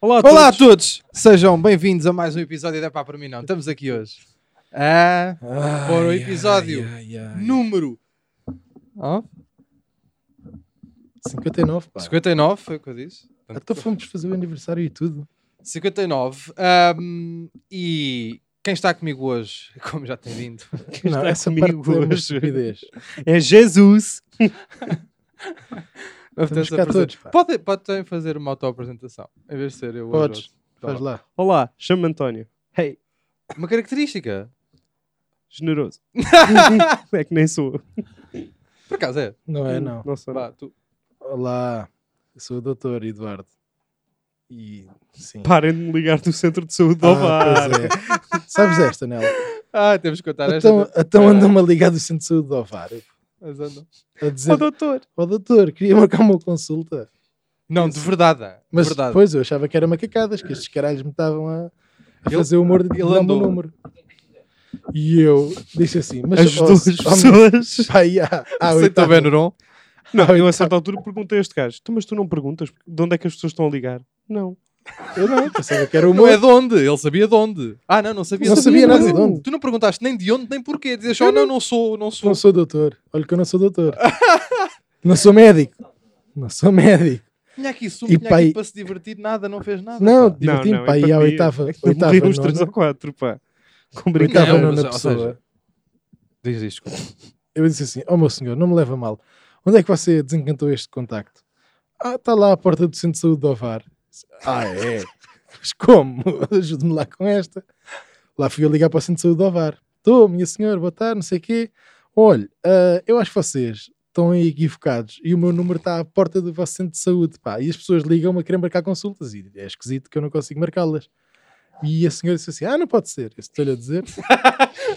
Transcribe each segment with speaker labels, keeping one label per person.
Speaker 1: Olá a todos.
Speaker 2: Olá a todos! Sejam bem-vindos a mais um episódio da Pá para mim não. Estamos aqui hoje ah, para o episódio
Speaker 1: Ai, ai, ai.
Speaker 2: número Oh,
Speaker 1: 59, pá.
Speaker 2: 59, foi o que eu disse.
Speaker 1: Até fomos fazer o aniversário e tudo.
Speaker 2: 59. ahm, e quem está comigo hoje, como já tem vindo,
Speaker 1: Não, essa
Speaker 3: comigo
Speaker 1: parte é uma
Speaker 3: hoje?
Speaker 1: estupidez.
Speaker 3: É Jesus.
Speaker 2: não
Speaker 1: Estamos
Speaker 2: tem
Speaker 1: cá
Speaker 2: essa
Speaker 1: todos,
Speaker 2: presen-
Speaker 1: pá.
Speaker 2: pode, pode também fazer uma auto-apresentação, em vez de ser eu. hoje
Speaker 1: Podes.
Speaker 2: outro. Tá
Speaker 1: Faz
Speaker 2: bom.
Speaker 1: lá.
Speaker 3: Olá, chamo-me Ah, António. Hey,
Speaker 2: Uma característica,
Speaker 3: generoso. é que nem sou.
Speaker 2: por acaso é.
Speaker 1: Não é, não.
Speaker 3: Não sou.
Speaker 2: Vá, tu.
Speaker 1: Olá, eu sou o doutor Eduardo. E sim.
Speaker 3: Parem de me ligar do centro de saúde do
Speaker 1: Ah,
Speaker 3: Ovar.
Speaker 1: pois é. Sabes esta, Nela?
Speaker 2: Ah, temos que contar
Speaker 1: Então,
Speaker 2: esta.
Speaker 1: então andam-me a ligar do centro de saúde do Ovar
Speaker 2: Mas anda.
Speaker 1: a
Speaker 3: Ó,
Speaker 1: dizer:
Speaker 3: doutor.
Speaker 1: Ó doutor, queria marcar uma consulta.
Speaker 2: Não, de verdade.
Speaker 1: Mas
Speaker 2: de verdade.
Speaker 1: depois eu achava que era macacadas, que estes caralhos me estavam a, a
Speaker 2: Ele-
Speaker 1: fazer o humor de
Speaker 2: ele
Speaker 1: dar-me
Speaker 2: andou.
Speaker 1: um número. E eu disse assim, mas
Speaker 3: As
Speaker 1: ó,
Speaker 3: duas
Speaker 1: ó,
Speaker 3: pessoas.
Speaker 1: pá, e há- há
Speaker 2: Sei tá que
Speaker 1: Ah, oitavo.
Speaker 2: estou bem, Nuron.
Speaker 3: Não, eu a certa altura perguntei a este gajo: tu, mas tu não perguntas de onde é que as pessoas estão a ligar? Não.
Speaker 1: Eu um não, pensava que era o
Speaker 2: Não
Speaker 1: humor.
Speaker 2: é de onde, ele sabia de onde. Ah, não, não sabia
Speaker 1: Não sabia
Speaker 2: Mas
Speaker 1: nada de onde.
Speaker 2: Tu não perguntaste nem de onde, nem porquê. Dizes só, não, não sou, não sou.
Speaker 1: Não sou doutor. Olha que eu não sou doutor. não sou médico. Não sou médico.
Speaker 2: Tinha aqui sumo,
Speaker 1: E
Speaker 2: tinha
Speaker 1: pá,
Speaker 2: aqui
Speaker 1: e-
Speaker 2: para se divertir, nada, não fez nada.
Speaker 1: Não,
Speaker 2: pá.
Speaker 1: diverti-me,
Speaker 3: não,
Speaker 1: pá,
Speaker 3: é
Speaker 1: e à
Speaker 3: pandemia.
Speaker 1: oitava, oitava,
Speaker 3: Morri uns 3 ou
Speaker 1: nona,
Speaker 3: 4, pá. Com
Speaker 1: oitava,
Speaker 2: Não,
Speaker 3: brincadeira.
Speaker 1: nona
Speaker 2: mas, ou
Speaker 1: pessoa.
Speaker 2: seja- Diz isto, desculpa.
Speaker 1: Eu disse assim, oh meu senhor, não me leva a mal. Onde é que você desencantou este contacto? Ah, está lá à porta do centro de saúde do Ovar. Ah, é? Mas como? Ajude-me lá com esta. Lá fui eu ligar para o centro de saúde do Ovar. Estou, minha senhora, boa tarde, não sei o quê. Olha, ah, eu acho que vocês estão aí equivocados e o meu número está à porta do vosso centro de saúde. Pá. E as pessoas ligam-me a querer marcar consultas e é esquisito que eu não consigo marcá-las. E a senhora disse assim, ah, não pode ser. Eu disse, Estou-lhe a dizer.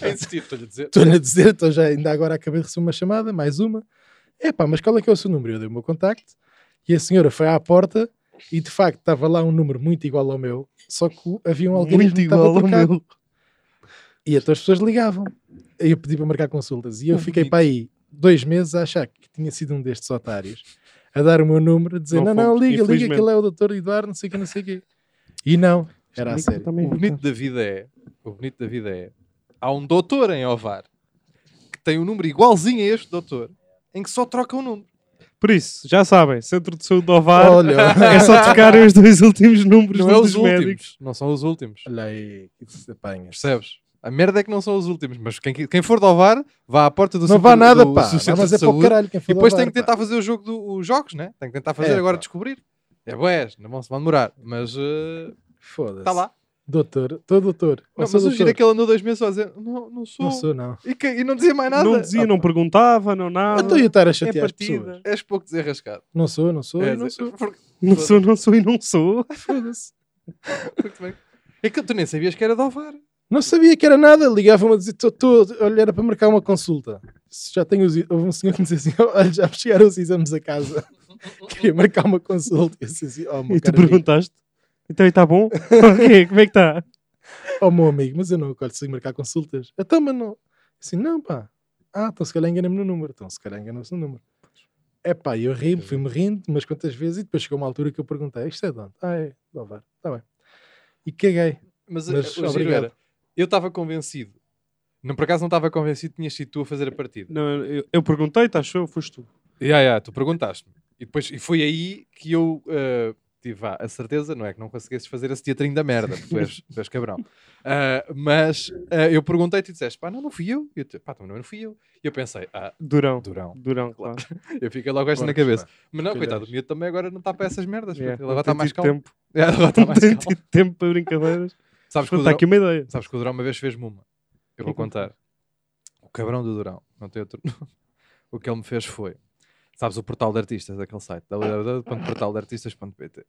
Speaker 2: É insistir, estou-lhe a dizer.
Speaker 1: Estou-lhe a dizer, então já ainda agora acabei de receber uma chamada, mais uma. Epá, mas qual é que é o seu número? Eu dei o meu contacto e a senhora foi à porta e de facto estava lá um número muito igual ao meu, só que o- havia um algoritmo
Speaker 3: Muito
Speaker 1: que estava
Speaker 3: igual ao
Speaker 1: trocado.
Speaker 3: meu.
Speaker 1: E então as pessoas ligavam. Eu pedi para marcar consultas e eu
Speaker 2: Oh,
Speaker 1: fiquei
Speaker 2: bonito.
Speaker 1: para aí dois meses a achar que tinha sido um destes otários a dar o meu número, a dizer
Speaker 3: Não
Speaker 1: não, não,
Speaker 3: fomos,
Speaker 1: liga, liga,
Speaker 3: infelizmente.
Speaker 1: aquele é o doutor Eduardo, não sei o que, não sei o quê. E não, era a
Speaker 3: Amigo,
Speaker 1: sério.
Speaker 3: também
Speaker 2: O bonito da vida é, o bonito da vida é, há um doutor em Ovar que tem um número igualzinho a este doutor, em que só troca o número.
Speaker 3: Por isso, já sabem, Centro de Saúde do Ovar.
Speaker 1: Olha,
Speaker 3: É só tocarem os dois últimos números
Speaker 2: Não
Speaker 3: dos
Speaker 2: é os últimos,
Speaker 3: médicos.
Speaker 2: não são os últimos.
Speaker 1: olha aí, que se apanha.
Speaker 2: Percebes? A merda é que não são os últimos, mas quem, quem for de Ovar, vá à porta do
Speaker 1: Não
Speaker 2: centro-
Speaker 1: vá nada,
Speaker 2: do-
Speaker 1: pá.
Speaker 2: do centro
Speaker 1: Não, mas
Speaker 2: de
Speaker 1: é para o
Speaker 2: saúde.
Speaker 1: caralho quem for
Speaker 2: E depois
Speaker 1: lavar,
Speaker 2: tem que
Speaker 1: pá.
Speaker 2: tentar fazer o jogo do, os jogos, né? Tem que tentar fazer
Speaker 1: É,
Speaker 2: agora
Speaker 1: pá.
Speaker 2: descobrir. É boés, não vão, vão demorar, mas está
Speaker 1: Foda-se.
Speaker 2: tá lá.
Speaker 1: Doutor, estou doutor.
Speaker 2: Não, mas
Speaker 1: Ou sou
Speaker 2: o giro é
Speaker 1: doutor.
Speaker 2: que ele andou dois meses a dizer: Não, não sou.
Speaker 1: Não sou, não.
Speaker 2: E, que- e não dizia mais nada.
Speaker 3: Não dizia,
Speaker 1: Ah,
Speaker 3: não
Speaker 1: pá.
Speaker 3: perguntava, não
Speaker 2: Ah,
Speaker 3: nada.
Speaker 1: Então ia estar a
Speaker 3: é
Speaker 1: chatear as pessoas.
Speaker 3: partida.
Speaker 2: És pouco desenrascado.
Speaker 1: Não sou, não sou,
Speaker 2: É,
Speaker 1: não
Speaker 2: dizer,
Speaker 1: sou.
Speaker 2: porque-
Speaker 3: Não sou, não sou e não sou. Foda-se.
Speaker 2: porque bem. É que tu nem sabias que era de Ovar.
Speaker 1: Não sabia que era nada. Ligava-me a dizer, "Tô- tô- olha, era para marcar uma consulta. Se Já tenho os... i- Houve um senhor que me disse assim, olha, já me chegaram os exames a casa. Queria marcar uma consulta. Eu disse assim, oh, meu
Speaker 3: E tu
Speaker 1: caro amigo,
Speaker 3: perguntaste? Então está bom? Ok, Como é que está?
Speaker 1: oh, meu amigo, mas eu não consigo marcar consultas. Então, mas não... Assim, não, pá. Ah, então se calhar enganei-me no número. Então se calhar enganou-se no número. É pá, eu ri, fui-me rindo umas quantas vezes e depois chegou uma altura que eu perguntei, isto é de onde? Ah, é, de Alvar. Está bem. E caguei.
Speaker 2: Mas,
Speaker 1: Mas,
Speaker 2: mas o giro
Speaker 1: obrigado.
Speaker 2: era: eu estava convencido. Não, por acaso não estava convencido, tinhas sido tu a fazer a partida.
Speaker 3: Não, eu, eu perguntei, estás show, foste tu.
Speaker 2: Ya, ya, tu perguntaste-me. E, depois, e foi aí que eu ah, tive vá, a certeza, não é que não conseguisses fazer esse teatrinho da merda, porque tu és, tu és cabrão. Ah, mas ah, eu perguntei e tu disseste, pá, não, não fui eu. E eu te, pá, também não fui eu. E eu pensei, ah,
Speaker 3: Durão.
Speaker 2: Durão.
Speaker 3: Durão, claro.
Speaker 2: Eu fiquei logo esta na
Speaker 1: Porcos,
Speaker 2: cabeça.
Speaker 1: pá.
Speaker 2: Mas não, coitado,
Speaker 1: calhares.
Speaker 2: o miúdo também agora não está para essas merdas.
Speaker 3: Yeah,
Speaker 2: porque Ele agora
Speaker 3: é. não
Speaker 2: está
Speaker 3: tem
Speaker 2: mais calmo.
Speaker 3: tido Tempo.
Speaker 2: É, agora está
Speaker 3: Não
Speaker 2: mais
Speaker 3: tem
Speaker 2: calmo.
Speaker 3: tido tempo para brincadeiras.
Speaker 2: Sabes que, o
Speaker 3: Está
Speaker 2: Durão,
Speaker 3: aqui uma ideia.
Speaker 2: sabes que o Durão uma vez fez-me uma. Eu vou
Speaker 3: Então.
Speaker 2: contar. O cabrão do Durão, não tem outro nome. O que ele me fez foi. Sabes o portal de artistas daquele site, www.portaldeartistas.pt.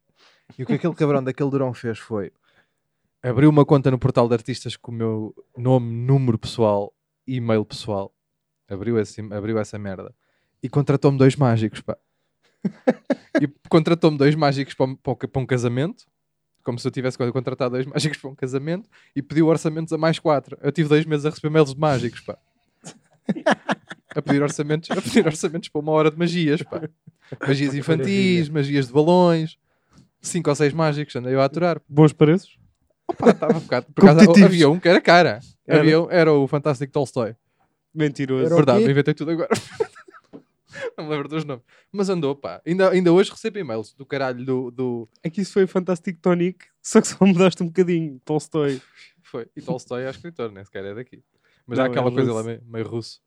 Speaker 2: E o que aquele cabrão daquele Durão fez foi. Abriu uma conta no portal de artistas com o meu nome, número pessoal, e-mail pessoal. Abriu, esse, abriu essa merda. E contratou-me dois mágicos, pá. e contratou-me dois mágicos para um, para um ca- para um casamento. Como se eu tivesse contratado dois mágicos para um casamento e pediu orçamentos a mais quatro. Eu tive dois meses a receber mails de mágicos, pá. A pedir orçamentos, a pedir orçamentos para uma hora de magias, pá. Magias infantis, magias de balões. cinco ou seis mágicos, andei eu a aturar.
Speaker 3: Bons pareços?
Speaker 2: Pá, tava um bocado- por acaso,
Speaker 3: Competitivos.
Speaker 2: havia um que era cara.
Speaker 3: Era.
Speaker 2: Havia um- era o fantástico Tolstói.
Speaker 3: Mentiroso.
Speaker 1: Era o
Speaker 2: Verdade,
Speaker 1: quê?
Speaker 2: me inventei tudo agora. Não me lembro dos nomes. Mas andou, pá. Ainda, ainda hoje recebo e-mails do caralho do. do...
Speaker 3: É que isso foi Fantastic Tonic, só que só mudaste um bocadinho. Tolstói.
Speaker 2: Foi. E Tolstói é escritor, nem sequer é daqui. Mas
Speaker 3: Não,
Speaker 2: há aquela
Speaker 3: é
Speaker 2: coisa lá
Speaker 3: russo.
Speaker 2: meio, meio russo.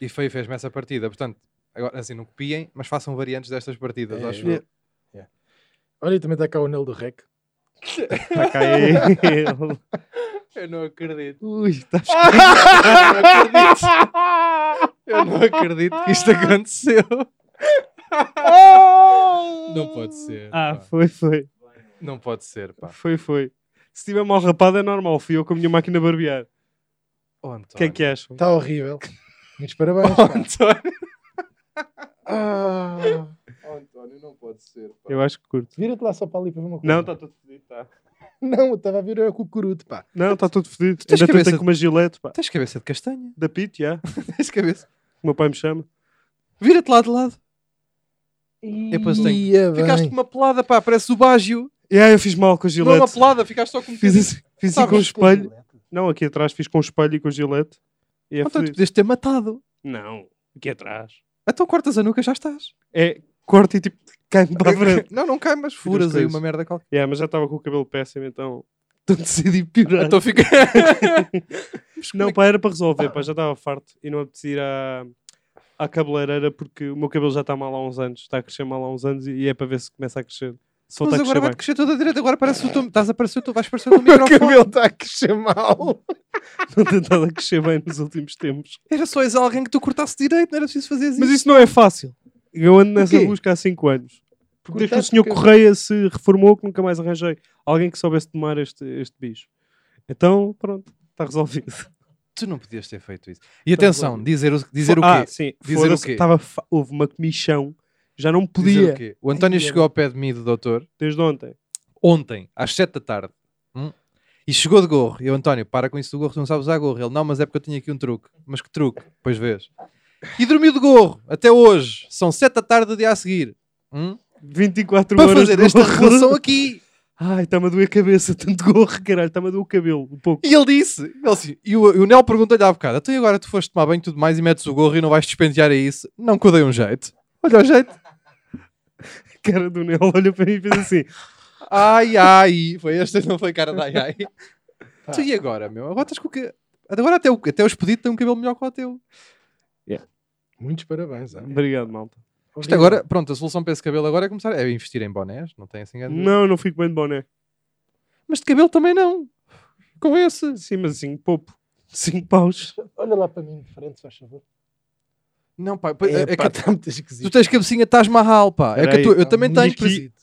Speaker 2: E foi fez-me essa partida. Portanto, agora assim, não copiem, mas façam variantes destas partidas,
Speaker 1: É.
Speaker 2: acho eu.
Speaker 1: Olha, e também está cá o anel do rec.
Speaker 3: Está Tá cá ele.
Speaker 2: Eu não acredito.
Speaker 3: Ui,
Speaker 2: tá
Speaker 3: estás...
Speaker 2: Eu não acredito que isto aconteceu. Não pode ser.
Speaker 3: Ah,
Speaker 2: pá.
Speaker 3: foi, foi.
Speaker 2: Não pode ser, pá.
Speaker 3: Foi, foi. Se tiver mal rapado é normal, fui eu com a minha máquina a barbear.
Speaker 2: Oh,
Speaker 3: O que é
Speaker 2: António.
Speaker 3: que acham?
Speaker 1: Está Tá horrível. Muitos parabéns.
Speaker 2: Oh,
Speaker 1: pá.
Speaker 2: António.
Speaker 1: Ah,
Speaker 2: Oh, António, não pode ser, pá.
Speaker 3: Eu acho que curto.
Speaker 1: Vira-te lá só para ali para ver uma coisa.
Speaker 3: Não, está tudo fedido, tá.
Speaker 1: Não, eu estava a ver eu com o cucuruto, pá.
Speaker 3: Não, está tudo fedido.
Speaker 2: tens
Speaker 3: Ainda
Speaker 2: cabeça
Speaker 3: tentei
Speaker 2: de-
Speaker 3: com uma gilete, pá.
Speaker 2: Tens cabeça de castanha.
Speaker 3: Da Pito, já. O
Speaker 2: Tens cabeça.
Speaker 3: meu pai me chama.
Speaker 2: Vira-te lá de lado.
Speaker 3: É,
Speaker 2: depois tenho-
Speaker 1: Ia bem.
Speaker 2: Ficaste com uma pelada, pá. Parece o Bágio.
Speaker 3: E aí eu fiz mal com a
Speaker 2: Não é uma
Speaker 3: gilete.
Speaker 2: pelada, ficaste só com um
Speaker 3: Fiz
Speaker 2: bocadinho.
Speaker 3: assim, fiz assim
Speaker 2: Sabes
Speaker 3: com o
Speaker 2: que-
Speaker 3: espelho. Não, aqui atrás fiz com o espelho e com o gilete. E é
Speaker 2: Então, tu
Speaker 3: fedido.
Speaker 2: podias ter matado.
Speaker 3: Não, aqui atrás.
Speaker 2: Então cortas a nuca, já estás.
Speaker 3: É corte e tipo cai-me para a frente.
Speaker 2: Não, não cai, mas furas
Speaker 3: as
Speaker 2: aí
Speaker 3: coisas.
Speaker 2: uma merda qualquer.
Speaker 3: yeah, mas já estava com o cabelo péssimo, então. Então decidi piorar.
Speaker 2: Então fica. é
Speaker 3: Não, pá, era para resolver,
Speaker 2: Ah.
Speaker 3: pá, já estava farto e não apetecia ir à, à cabeleireira porque o meu cabelo já está mal há uns anos, está a crescer mal há uns anos e, e é para ver se começa a crescer. Se voltar
Speaker 2: Mas
Speaker 3: a crescer
Speaker 2: agora vai
Speaker 3: bem.
Speaker 2: crescer toda a direita. Agora parece o teu. Estás a aparecer, tu vais aparecer o teu
Speaker 1: O
Speaker 2: microfone.
Speaker 1: cabelo está a crescer mal.
Speaker 3: Não tem estado a crescer bem nos últimos tempos.
Speaker 2: Era só és alguém que tu cortasse direito, não era preciso fazer isso.
Speaker 3: Mas isso não é fácil. Eu ando nessa
Speaker 1: quê?
Speaker 3: busca há 5 anos. Porque desde que o
Speaker 1: Cortaste
Speaker 3: senhor
Speaker 1: o cabelo.
Speaker 3: Correia se reformou que nunca mais arranjei alguém que soubesse tomar este, este bicho. Então, pronto, está resolvido.
Speaker 2: Tu não podias ter feito isso. E atenção, dizer o, dizer o quê?
Speaker 3: Ah, sim.
Speaker 2: Dizer o
Speaker 3: foda-se,
Speaker 2: quê?
Speaker 3: Estava fa- Houve uma comichão. Já não
Speaker 2: Dizer o
Speaker 3: podia.
Speaker 2: quê? O António
Speaker 1: Ai,
Speaker 2: chegou ao pé de mim e do doutor
Speaker 3: Desde ontem.
Speaker 2: ontem, às 7 da tarde. hum, E chegou de gorro. E eu, António, para com isso do gorro, tu não sabes usar gorro. Ele, não, mas é porque eu tinha aqui um truque. Mas que truque? Pois vês. E dormiu de gorro até hoje. São 7 da tarde do dia a seguir. hum,
Speaker 3: 24
Speaker 2: Para
Speaker 3: horas
Speaker 2: fazer
Speaker 3: de
Speaker 2: esta
Speaker 3: gorro.
Speaker 2: relação aqui.
Speaker 3: Ai, está-me a doer a cabeça, tanto gorro, caralho, está-me a doer o cabelo, um pouco.
Speaker 2: E ele disse, ele disse- e o, e o Nel perguntou-lhe há bocado, até agora tu foste tomar banho e tudo mais e metes o gorro e não vais despentear a isso. Não que eu dei um jeito. Olha o jeito.
Speaker 3: A cara do Nel olha para mim e fez assim.
Speaker 2: Ai, ai. Foi esta, não foi cara da ai, ai. Tu e agora, meu? Agora estás com o que... Agora até o, até o expedito tem um cabelo melhor que o teu.
Speaker 1: Muitos parabéns. ah.
Speaker 3: Obrigado, malta.
Speaker 2: Isto agora, pronto, a solução para esse cabelo agora é começar é investir em bonés, não tem assim grande...
Speaker 3: Não, não fico bem de boné.
Speaker 2: Mas de cabelo também não. Com esse.
Speaker 3: Sim, mas assim, poupo. 5 paus.
Speaker 1: Olha lá para mim de frente, se faz favor.
Speaker 2: Não, pá, é,
Speaker 1: É,
Speaker 2: é
Speaker 1: pá,
Speaker 2: que
Speaker 1: está muito
Speaker 2: tu
Speaker 1: esquisito.
Speaker 2: tens cabecinha Taj Mahal, pá. É que a
Speaker 3: Peraí,
Speaker 2: tua- eu
Speaker 1: Tá
Speaker 2: também
Speaker 1: muito
Speaker 2: tenho.
Speaker 1: esquisito.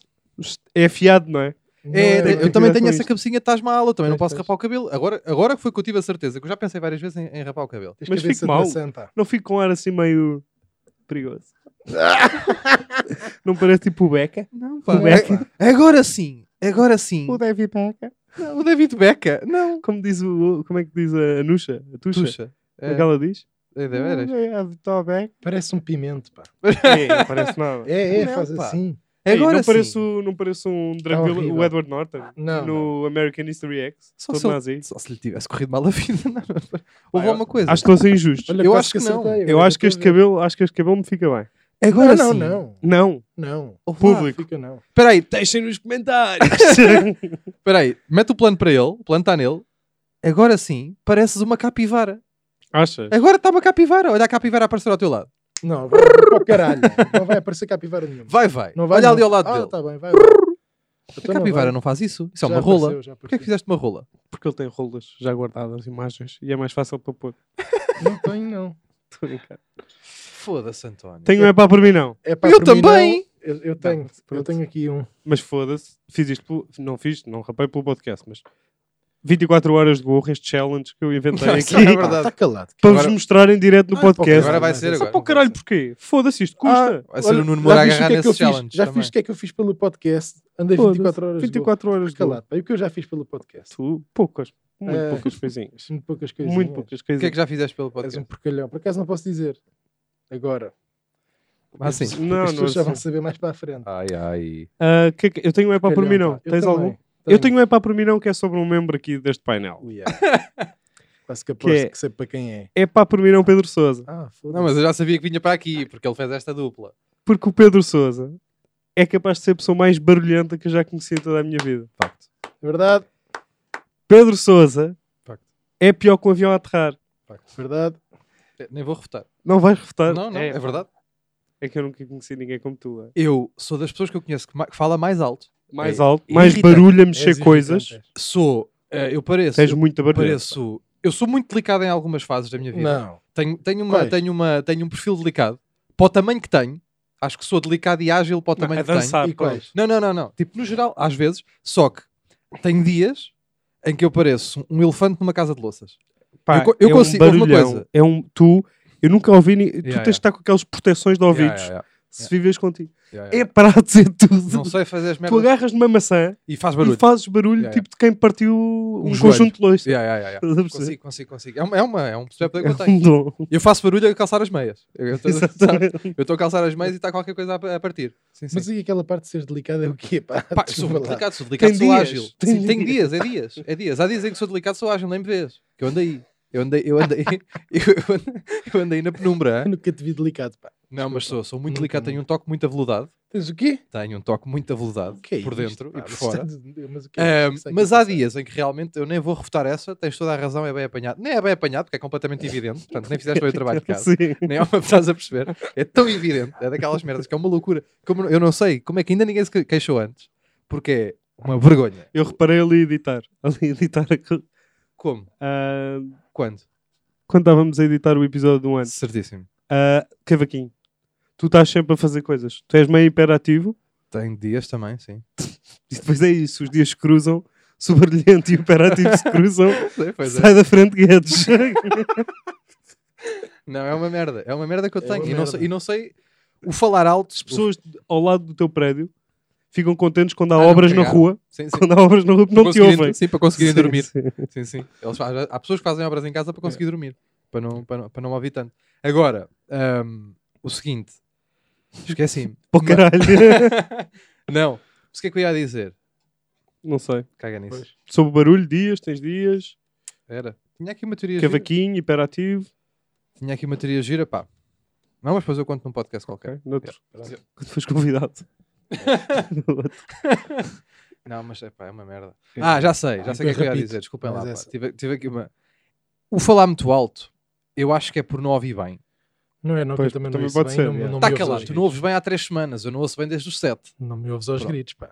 Speaker 3: É afiado, não é?
Speaker 1: Não
Speaker 2: É,
Speaker 1: bem.
Speaker 3: tem que
Speaker 2: eu também
Speaker 3: cuidar
Speaker 2: tenho
Speaker 3: com
Speaker 2: essa
Speaker 3: isto.
Speaker 2: cabecinha Taj Mahal, eu também não
Speaker 1: Pois,
Speaker 2: posso
Speaker 1: pois.
Speaker 2: rapar o cabelo. Agora, agora que foi que eu tive a certeza, que eu já pensei várias vezes em, em rapar o cabelo.
Speaker 1: Tens
Speaker 3: mas
Speaker 1: cabeça
Speaker 3: fico
Speaker 1: de
Speaker 3: mal.
Speaker 1: maçanta.
Speaker 3: Não fico com um ar assim meio perigoso. não parece tipo o Beca?
Speaker 2: Não,
Speaker 3: O Beca?
Speaker 2: Agora sim, agora sim.
Speaker 3: O David Beca?
Speaker 2: Não, o David Beca, não.
Speaker 3: Como diz o. Como é que diz a Nuxa? A Tuxa?
Speaker 2: Tuxa.
Speaker 3: Como
Speaker 2: É,
Speaker 3: é que ela diz?
Speaker 2: é, de veras.
Speaker 3: É, a Vitor Beca.
Speaker 1: Parece um pimento, pá.
Speaker 3: É, não parece nada.
Speaker 1: É, é,
Speaker 2: Não,
Speaker 1: faz
Speaker 2: pá.
Speaker 1: assim.
Speaker 2: É,
Speaker 3: Ei,
Speaker 2: Agora
Speaker 3: não
Speaker 2: sim.
Speaker 3: pareço, não pareço um Dracula,
Speaker 1: horrível.
Speaker 3: o Edward Norton
Speaker 1: Não,
Speaker 3: no American History X,
Speaker 2: Só
Speaker 3: todo
Speaker 2: se ele-
Speaker 3: nazi.
Speaker 2: Só se lhe tivesse corrido mal a vida. não. Houve
Speaker 1: eu-
Speaker 2: alguma coisa.
Speaker 3: Acho que estou a ser injusto.
Speaker 1: Olha,
Speaker 2: Eu
Speaker 1: quase
Speaker 2: acho que não.
Speaker 1: acertei,
Speaker 3: eu
Speaker 1: agora
Speaker 3: acho
Speaker 1: estou
Speaker 3: que
Speaker 1: a
Speaker 3: este
Speaker 1: ver.
Speaker 3: cabelo, acho que este cabelo me fica bem.
Speaker 2: É Agora
Speaker 1: não,
Speaker 2: sim.
Speaker 1: não,
Speaker 3: Não,
Speaker 1: não.
Speaker 2: Houve lá.
Speaker 1: Não,
Speaker 3: Público.
Speaker 1: fica não.
Speaker 2: Espera aí, deixem nos comentários. Espera aí, mete o plano para ele, o plano está nele. Agora sim, pareces uma capivara.
Speaker 3: achas?
Speaker 2: Agora está uma capivara. Olha a capivara a aparecer ao teu lado.
Speaker 1: Não, vai vai para o caralho. Não vai aparecer capivara nenhuma.
Speaker 2: Vai, vai.
Speaker 1: Não vai,
Speaker 2: Olha
Speaker 1: não.
Speaker 2: ali ao lado
Speaker 1: ah,
Speaker 2: dele.
Speaker 1: tá bem, vai. Então
Speaker 2: a capivara não faz isso. Isso é uma rola. Porquê é que fizeste uma rola?
Speaker 3: Porque ele tem rolas já guardadas, imagens, e é mais fácil para pôr.
Speaker 1: Não tenho, não.
Speaker 3: Tô a brincar.
Speaker 2: Foda-se, António.
Speaker 3: Tenho é para para mim não,
Speaker 1: É pá,
Speaker 2: Eu
Speaker 1: para mim,
Speaker 2: também!
Speaker 1: não. Eu, eu tenho, eu
Speaker 3: pronto.
Speaker 1: tenho aqui um.
Speaker 3: mas foda-se, fiz isto, pelo- não fiz, não rapei pelo podcast, mas 24 horas de gorro, este challenge que eu inventei
Speaker 2: Não,
Speaker 3: aqui,
Speaker 2: isso é verdade.
Speaker 1: Está Tá calado.
Speaker 3: para vos
Speaker 2: Agora-
Speaker 3: mostrar em direto no
Speaker 1: Ah,
Speaker 3: podcast.
Speaker 2: Agora vai Ah, ser
Speaker 1: Mas-
Speaker 3: Sabe
Speaker 2: agora.
Speaker 3: para o caralho porquê? Foda-se, isto custa.
Speaker 2: Vai ser
Speaker 1: Olha,
Speaker 2: o Nuno Moura
Speaker 1: já viste o
Speaker 2: agarrar
Speaker 1: que é que eu
Speaker 2: nesse
Speaker 1: fiz?
Speaker 2: challenge.
Speaker 1: Já
Speaker 2: também.
Speaker 1: fiz o que é que eu fiz pelo podcast? Andei
Speaker 3: Foda-se,
Speaker 1: 24 horas.
Speaker 3: 24 horas
Speaker 1: horas.
Speaker 3: de gorro.
Speaker 1: Calado. pá. E o que eu já fiz pelo podcast?
Speaker 3: Tu, poucas, muito
Speaker 1: É.
Speaker 3: poucas coisinhas.
Speaker 1: Muito poucas coisas.
Speaker 3: Muito poucas
Speaker 2: Ah, O que é
Speaker 3: coisinhas.
Speaker 2: que já fizeste pelo
Speaker 1: És
Speaker 2: podcast?
Speaker 1: um porcalhão. Por acaso não posso dizer. Agora.
Speaker 2: Ah, sim.
Speaker 1: Porque
Speaker 3: Não,
Speaker 1: as pessoas
Speaker 3: não,
Speaker 1: já
Speaker 3: sim.
Speaker 1: vão saber mais para a frente.
Speaker 2: Ai, ai.
Speaker 3: Ah, que é que- eu tenho um epá por mim
Speaker 1: Calhão,
Speaker 3: não.
Speaker 1: pá. Eu
Speaker 3: Tens
Speaker 1: também,
Speaker 3: algum? Eu tenho um epá por mim não que é sobre um membro aqui deste painel.
Speaker 1: Ui, é. Quase que aposto que,
Speaker 3: é-
Speaker 1: sei para quem é.
Speaker 3: Epá por mim não Pedro Sousa.
Speaker 1: Ah,
Speaker 2: Não,
Speaker 1: foda-se.
Speaker 2: mas eu já sabia que vinha para aqui, porque ele fez esta dupla.
Speaker 3: Porque o Pedro Sousa é capaz de ser a pessoa mais barulhenta que eu já conheci em toda a minha vida.
Speaker 2: Facto.
Speaker 1: É Verdade,
Speaker 3: Pedro Sousa
Speaker 2: Facto.
Speaker 3: é pior que um avião a aterrar.
Speaker 1: verdade.
Speaker 2: É, Nem vou refutar.
Speaker 3: Não vais refutar.
Speaker 2: Não, não, é,
Speaker 3: pá,
Speaker 2: verdade.
Speaker 3: É que eu nunca conheci ninguém como tu. é.
Speaker 2: Eu sou das pessoas que eu conheço que, ma- que fala mais alto.
Speaker 3: Mais
Speaker 2: É
Speaker 3: alto, mais
Speaker 2: irritante. é.
Speaker 3: barulho a
Speaker 1: És
Speaker 3: mexer
Speaker 1: irritante,
Speaker 3: coisas.
Speaker 1: és.
Speaker 2: Sou,
Speaker 3: É.
Speaker 2: eh, eu pareço,
Speaker 3: Tens muita barulho.
Speaker 2: pareço, eu sou muito delicado em algumas fases da minha vida.
Speaker 1: Não.
Speaker 2: Tenho, tenho, uma,
Speaker 1: Quais?
Speaker 2: tenho, uma, tenho um perfil delicado. Para o tamanho que tenho, acho que sou delicado e ágil para o tamanho
Speaker 3: A
Speaker 2: que tenho.
Speaker 3: é
Speaker 2: é?
Speaker 3: dançar,
Speaker 1: E
Speaker 3: pá.
Speaker 1: quais?
Speaker 2: Não, não, não, não. Tipo, no geral, às vezes, só que tenho dias em que eu pareço um elefante numa casa de louças.
Speaker 3: Pá,
Speaker 2: Eu co- eu
Speaker 3: é
Speaker 2: consigo-
Speaker 3: um
Speaker 2: houve uma
Speaker 3: barulhão.
Speaker 2: coisa.
Speaker 3: É um tu, eu nunca ouvi, ni- tu
Speaker 2: Yeah,
Speaker 3: tens de estar com aquelas proteções de ouvidos
Speaker 2: Yeah,
Speaker 3: se vives contigo.
Speaker 2: yeah, yeah, yeah,
Speaker 3: É
Speaker 2: yeah.
Speaker 3: para dizer tudo.
Speaker 2: Não sei fazer as
Speaker 3: tu
Speaker 2: merdas
Speaker 3: agarras numa maçã
Speaker 2: e faz barulho.
Speaker 3: e fazes barulho
Speaker 2: Yeah,
Speaker 3: tipo de quem partiu um,
Speaker 2: joelho.
Speaker 3: conjunto de lois.
Speaker 2: Yeah, yeah, yeah, yeah.
Speaker 3: Estás a perceber?
Speaker 2: Consigo, consigo, consigo. É uma, é uma, é um poder que
Speaker 3: É
Speaker 2: eu
Speaker 3: um
Speaker 2: tenho.
Speaker 3: dom.
Speaker 2: Eu faço barulho a calçar as meias. Eu estou
Speaker 3: Exatamente.
Speaker 2: a calçar as meias e está qualquer coisa a a partir. Sim, sim.
Speaker 1: Mas e aquela parte de ser delicada é o quê? Pá,
Speaker 2: Pá,
Speaker 1: Desculpa
Speaker 2: sou
Speaker 1: lá.
Speaker 2: muito delicado, sou delicado,
Speaker 3: Tem
Speaker 2: sou
Speaker 3: dias,
Speaker 2: ágil.
Speaker 3: tem
Speaker 2: Sim, tenho
Speaker 3: dias.
Speaker 2: dias, é dias, é dias. Há dias em que sou delicado, sou ágil, nem me vês. Que eu andei, eu andei, eu andei, eu andei, eu andei na penumbra.
Speaker 1: Eu
Speaker 2: hã?
Speaker 1: nunca te vi delicado, pá.
Speaker 2: Não, mas sou, sou muito
Speaker 1: Nunca,
Speaker 2: delicado, tenho um toque muito aveludado.
Speaker 1: Tens o quê?
Speaker 2: Tenho um toque muito aveludado
Speaker 1: O que é
Speaker 2: por
Speaker 1: isto,
Speaker 2: dentro
Speaker 1: pá?
Speaker 2: e por
Speaker 1: Mas
Speaker 2: fora.
Speaker 1: está- Mas, o que é
Speaker 2: Ahm,
Speaker 1: isto que está aqui
Speaker 2: mas
Speaker 1: a
Speaker 2: há
Speaker 1: passar?
Speaker 2: dias em que realmente eu nem vou refutar essa, tens toda a razão, é bem apanhado. Nem é bem apanhado, porque é completamente evidente, portanto, nem fizeste bem o é trabalho de casa.
Speaker 3: Sim.
Speaker 2: Nem é uma estás a perceber. É tão evidente. É daquelas merdas que é uma loucura. Como, eu não sei como é que ainda ninguém se que- queixou antes. Porque é uma vergonha.
Speaker 3: Eu reparei ali a editar. Ali a editar. a co-
Speaker 2: Como?
Speaker 3: Ah,
Speaker 2: Quando?
Speaker 3: quando estávamos a editar o episódio do ano,
Speaker 2: Certíssimo.
Speaker 3: ah, cavaquinho. Tu estás sempre a fazer coisas. Tu és meio hiperativo
Speaker 2: Tenho dias também, sim.
Speaker 3: e depois é isso. Os dias se cruzam. Se o barulhento e o hiperativo se cruzam,
Speaker 2: Pois é.
Speaker 3: sai da frente Guedes.
Speaker 2: Não, é uma merda. É uma merda que eu
Speaker 1: É
Speaker 2: tenho.
Speaker 1: uma
Speaker 2: e, não
Speaker 1: merda.
Speaker 2: sei, e não sei o falar alto.
Speaker 3: As pessoas ao lado do teu prédio ficam contentes quando há
Speaker 2: Ah, não,
Speaker 3: obras na
Speaker 2: cagado.
Speaker 3: rua.
Speaker 2: Sim, sim.
Speaker 3: Quando há obras na rua,
Speaker 2: Para
Speaker 3: não te
Speaker 2: conseguirem-
Speaker 3: ouvem.
Speaker 2: Sim, para conseguirem
Speaker 3: Sim,
Speaker 2: dormir.
Speaker 3: sim.
Speaker 2: Sim, sim. Eles- há, há pessoas que fazem obras em casa para conseguir dormir, para não, para não, para não me ouvir tanto. Agora, ahm, o seguinte, esqueci-me.
Speaker 3: Pô,
Speaker 2: Mas-
Speaker 3: caralho.
Speaker 2: é? não, mas o que é que eu ia dizer?
Speaker 3: não sei.
Speaker 2: Caga nisso.
Speaker 1: Pois.
Speaker 3: Sobre barulho, dias, tens dias.
Speaker 2: Era. Tinha aqui uma teoria gira.
Speaker 3: Cavaquinho, hiperativo.
Speaker 2: Tinha aqui uma teoria gira, pá. Não, mas depois eu conto num podcast qualquer.
Speaker 3: Ok, noutro.
Speaker 2: pronto.
Speaker 3: Quando fores convidado.
Speaker 2: Não, mas é, pá, é uma merda. Ah, já sei, já sei o que é que eu ia
Speaker 1: Repito.
Speaker 2: dizer. Desculpem lá,
Speaker 1: Mas assim.
Speaker 2: pá.
Speaker 1: essa-
Speaker 2: Tive, tive aqui uma... O falar muito alto, eu acho que é por não ouvir bem.
Speaker 1: Não é, não, que eu
Speaker 3: Pois,
Speaker 1: também,
Speaker 3: também
Speaker 1: não
Speaker 3: pode
Speaker 1: pode
Speaker 3: ser,
Speaker 1: ser. Não,
Speaker 3: é.
Speaker 1: não me
Speaker 2: Está
Speaker 1: ouves
Speaker 2: calado,
Speaker 1: aos
Speaker 2: tu não ouves bem há três semanas, eu não ouço bem desde os sete.
Speaker 1: gritos. Não me ouves aos
Speaker 2: Pronto.
Speaker 1: gritos, pá.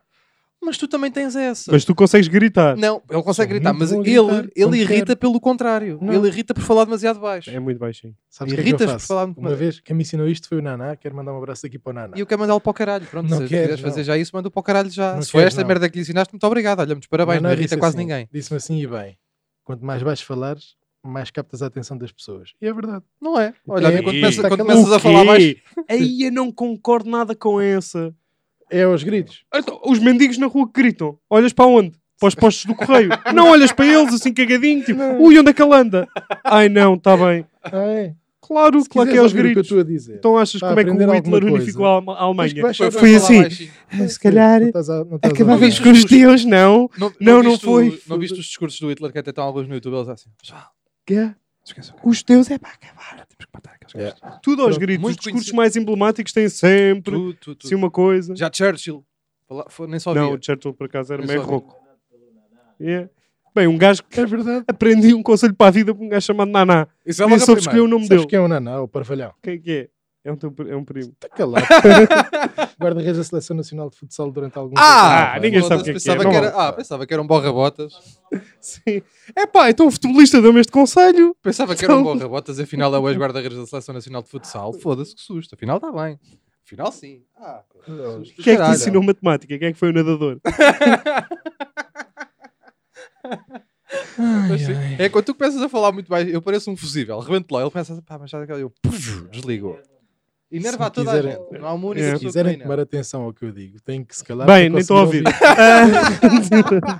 Speaker 2: Mas tu também tens essa.
Speaker 3: Mas tu consegues gritar.
Speaker 2: Não, ele consegue
Speaker 1: Sou
Speaker 2: gritar,
Speaker 1: muito
Speaker 2: mas
Speaker 1: bom a
Speaker 2: ele,
Speaker 1: gritar, quando
Speaker 2: ele irrita
Speaker 1: quero.
Speaker 2: pelo contrário.
Speaker 1: Não.
Speaker 2: Ele irrita por falar demasiado baixo.
Speaker 3: É muito baixinho.
Speaker 1: Sabes o que é que eu
Speaker 2: Irritas por
Speaker 1: faço?
Speaker 2: falar muito
Speaker 1: Uma
Speaker 2: bem.
Speaker 1: vez, quem me ensinou isto foi o Naná. Quero mandar um abraço aqui para o Naná.
Speaker 2: E eu quero mandá-lo para o caralho. Pronto,
Speaker 1: Não
Speaker 2: se
Speaker 1: quero,
Speaker 2: quiseres
Speaker 1: não.
Speaker 2: fazer já isso, manda para o caralho já.
Speaker 1: Não
Speaker 2: Se foi
Speaker 1: quero,
Speaker 2: esta
Speaker 1: não.
Speaker 2: merda que lhe ensinaste, muito obrigado. Olha, muitos parabéns, não,
Speaker 1: Naná
Speaker 2: irrita
Speaker 1: disse
Speaker 2: quase
Speaker 1: assim,
Speaker 2: ninguém.
Speaker 1: Disse-me assim e bem. Quanto mais baixo falares, mais captas a atenção das pessoas. E é verdade.
Speaker 2: Não é? Olha, a mim,
Speaker 1: É,
Speaker 2: quando,
Speaker 1: e-
Speaker 2: começa-
Speaker 1: tá
Speaker 2: quando
Speaker 1: calado.
Speaker 2: começas a falar mais.
Speaker 3: Aí eu não concordo nada com essa.
Speaker 1: É aos gritos.
Speaker 3: Então, os mendigos na rua que gritam. Olhas para onde? Para os postos do correio. não olhas para eles assim cagadinho, tipo, ui, onde é que ele anda? Ai não, está bem.
Speaker 1: Ah, é.
Speaker 3: Claro,
Speaker 1: Se
Speaker 3: claro que
Speaker 1: quiseres
Speaker 3: é aos
Speaker 1: ouvir o que eu
Speaker 3: gritos.
Speaker 1: estou a dizer.
Speaker 3: Então achas
Speaker 1: Pá,
Speaker 3: como é que o
Speaker 1: aprender
Speaker 3: Hitler
Speaker 1: alguma
Speaker 3: unificou a Alma- a
Speaker 1: Tens que
Speaker 3: Alemanha?
Speaker 1: baixar a falar
Speaker 3: Foi assim.
Speaker 2: baixinho.
Speaker 1: baixo.
Speaker 3: Se calhar
Speaker 1: Não estás a- é não estás a
Speaker 3: Acabava
Speaker 1: ouvir.
Speaker 3: isto com os teus, não?
Speaker 2: Não,
Speaker 3: Não, não
Speaker 2: viste o-
Speaker 3: foi.
Speaker 2: Não viste os discursos do Hitler que até estão alguns no YouTube? Eles assim, pessoal,
Speaker 3: Que?
Speaker 1: é?
Speaker 2: esqueçam. que
Speaker 3: Os teus é para acabar.
Speaker 2: Temos que matar aqueles
Speaker 1: Yeah.
Speaker 2: gajos.
Speaker 3: Tudo aos
Speaker 1: Pronto,
Speaker 3: gritos. Os
Speaker 2: muito
Speaker 3: discursos
Speaker 2: conhecido.
Speaker 3: mais emblemáticos têm sempre
Speaker 2: Tu, tu, tu.
Speaker 3: assim uma coisa.
Speaker 2: Já Churchill. Fala- foi- Nem só
Speaker 3: Não,
Speaker 2: via.
Speaker 3: o Churchill por acaso era
Speaker 2: Eu
Speaker 3: meio
Speaker 2: só vi.
Speaker 3: rouco. Yeah. Bem, um gajo que
Speaker 1: É verdade.
Speaker 3: aprendi um conselho para a vida para um gajo chamado Naná.
Speaker 2: Isso é
Speaker 3: Nem
Speaker 2: logo a
Speaker 3: soube
Speaker 2: primeira.
Speaker 3: escolher o nome
Speaker 1: Sabes
Speaker 3: dele.
Speaker 1: quem é o Naná, o Parvalhão?
Speaker 3: Quem é que é? É um, teu pri- é um primo.
Speaker 1: Está calado. Guarda-redes da Seleção Nacional de Futsal durante algum
Speaker 2: Ah,
Speaker 3: Ah,
Speaker 1: tempo.
Speaker 3: ninguém
Speaker 2: foda-se,
Speaker 3: sabe o que é que é,
Speaker 2: pensava
Speaker 3: não
Speaker 2: que era,
Speaker 1: vale.
Speaker 2: Ah, pensava que era um borra-botas.
Speaker 3: Sim. É pá, então o futebolista deu-me este conselho.
Speaker 2: Pensava que era um borra-botas, afinal é o ex-guarda-redes da Seleção Nacional de Futsal. Foda-se, que susto. Afinal está bem. Afinal sim. Ah, susto do
Speaker 3: Quem é que te
Speaker 2: caralho.
Speaker 3: ensinou matemática? Quem é que foi o nadador?
Speaker 1: Ai,
Speaker 2: Mas sim,
Speaker 1: ai.
Speaker 2: É quando tu começas a falar muito mais, eu pareço um fusível. Rebento lá, ele pensa, pá, mas já daquela. Eu puf, desligo. E
Speaker 1: Se me
Speaker 2: nerva a toda
Speaker 1: quiserem-
Speaker 2: a gente. Não há uma
Speaker 3: É.
Speaker 2: única
Speaker 1: Se
Speaker 2: pessoa que
Speaker 1: quiserem
Speaker 2: não
Speaker 1: tomar atenção ao que eu digo, têm que se calar.
Speaker 3: Bem,
Speaker 1: para
Speaker 3: nem estou a ouvir.
Speaker 1: conseguir
Speaker 3: Ah.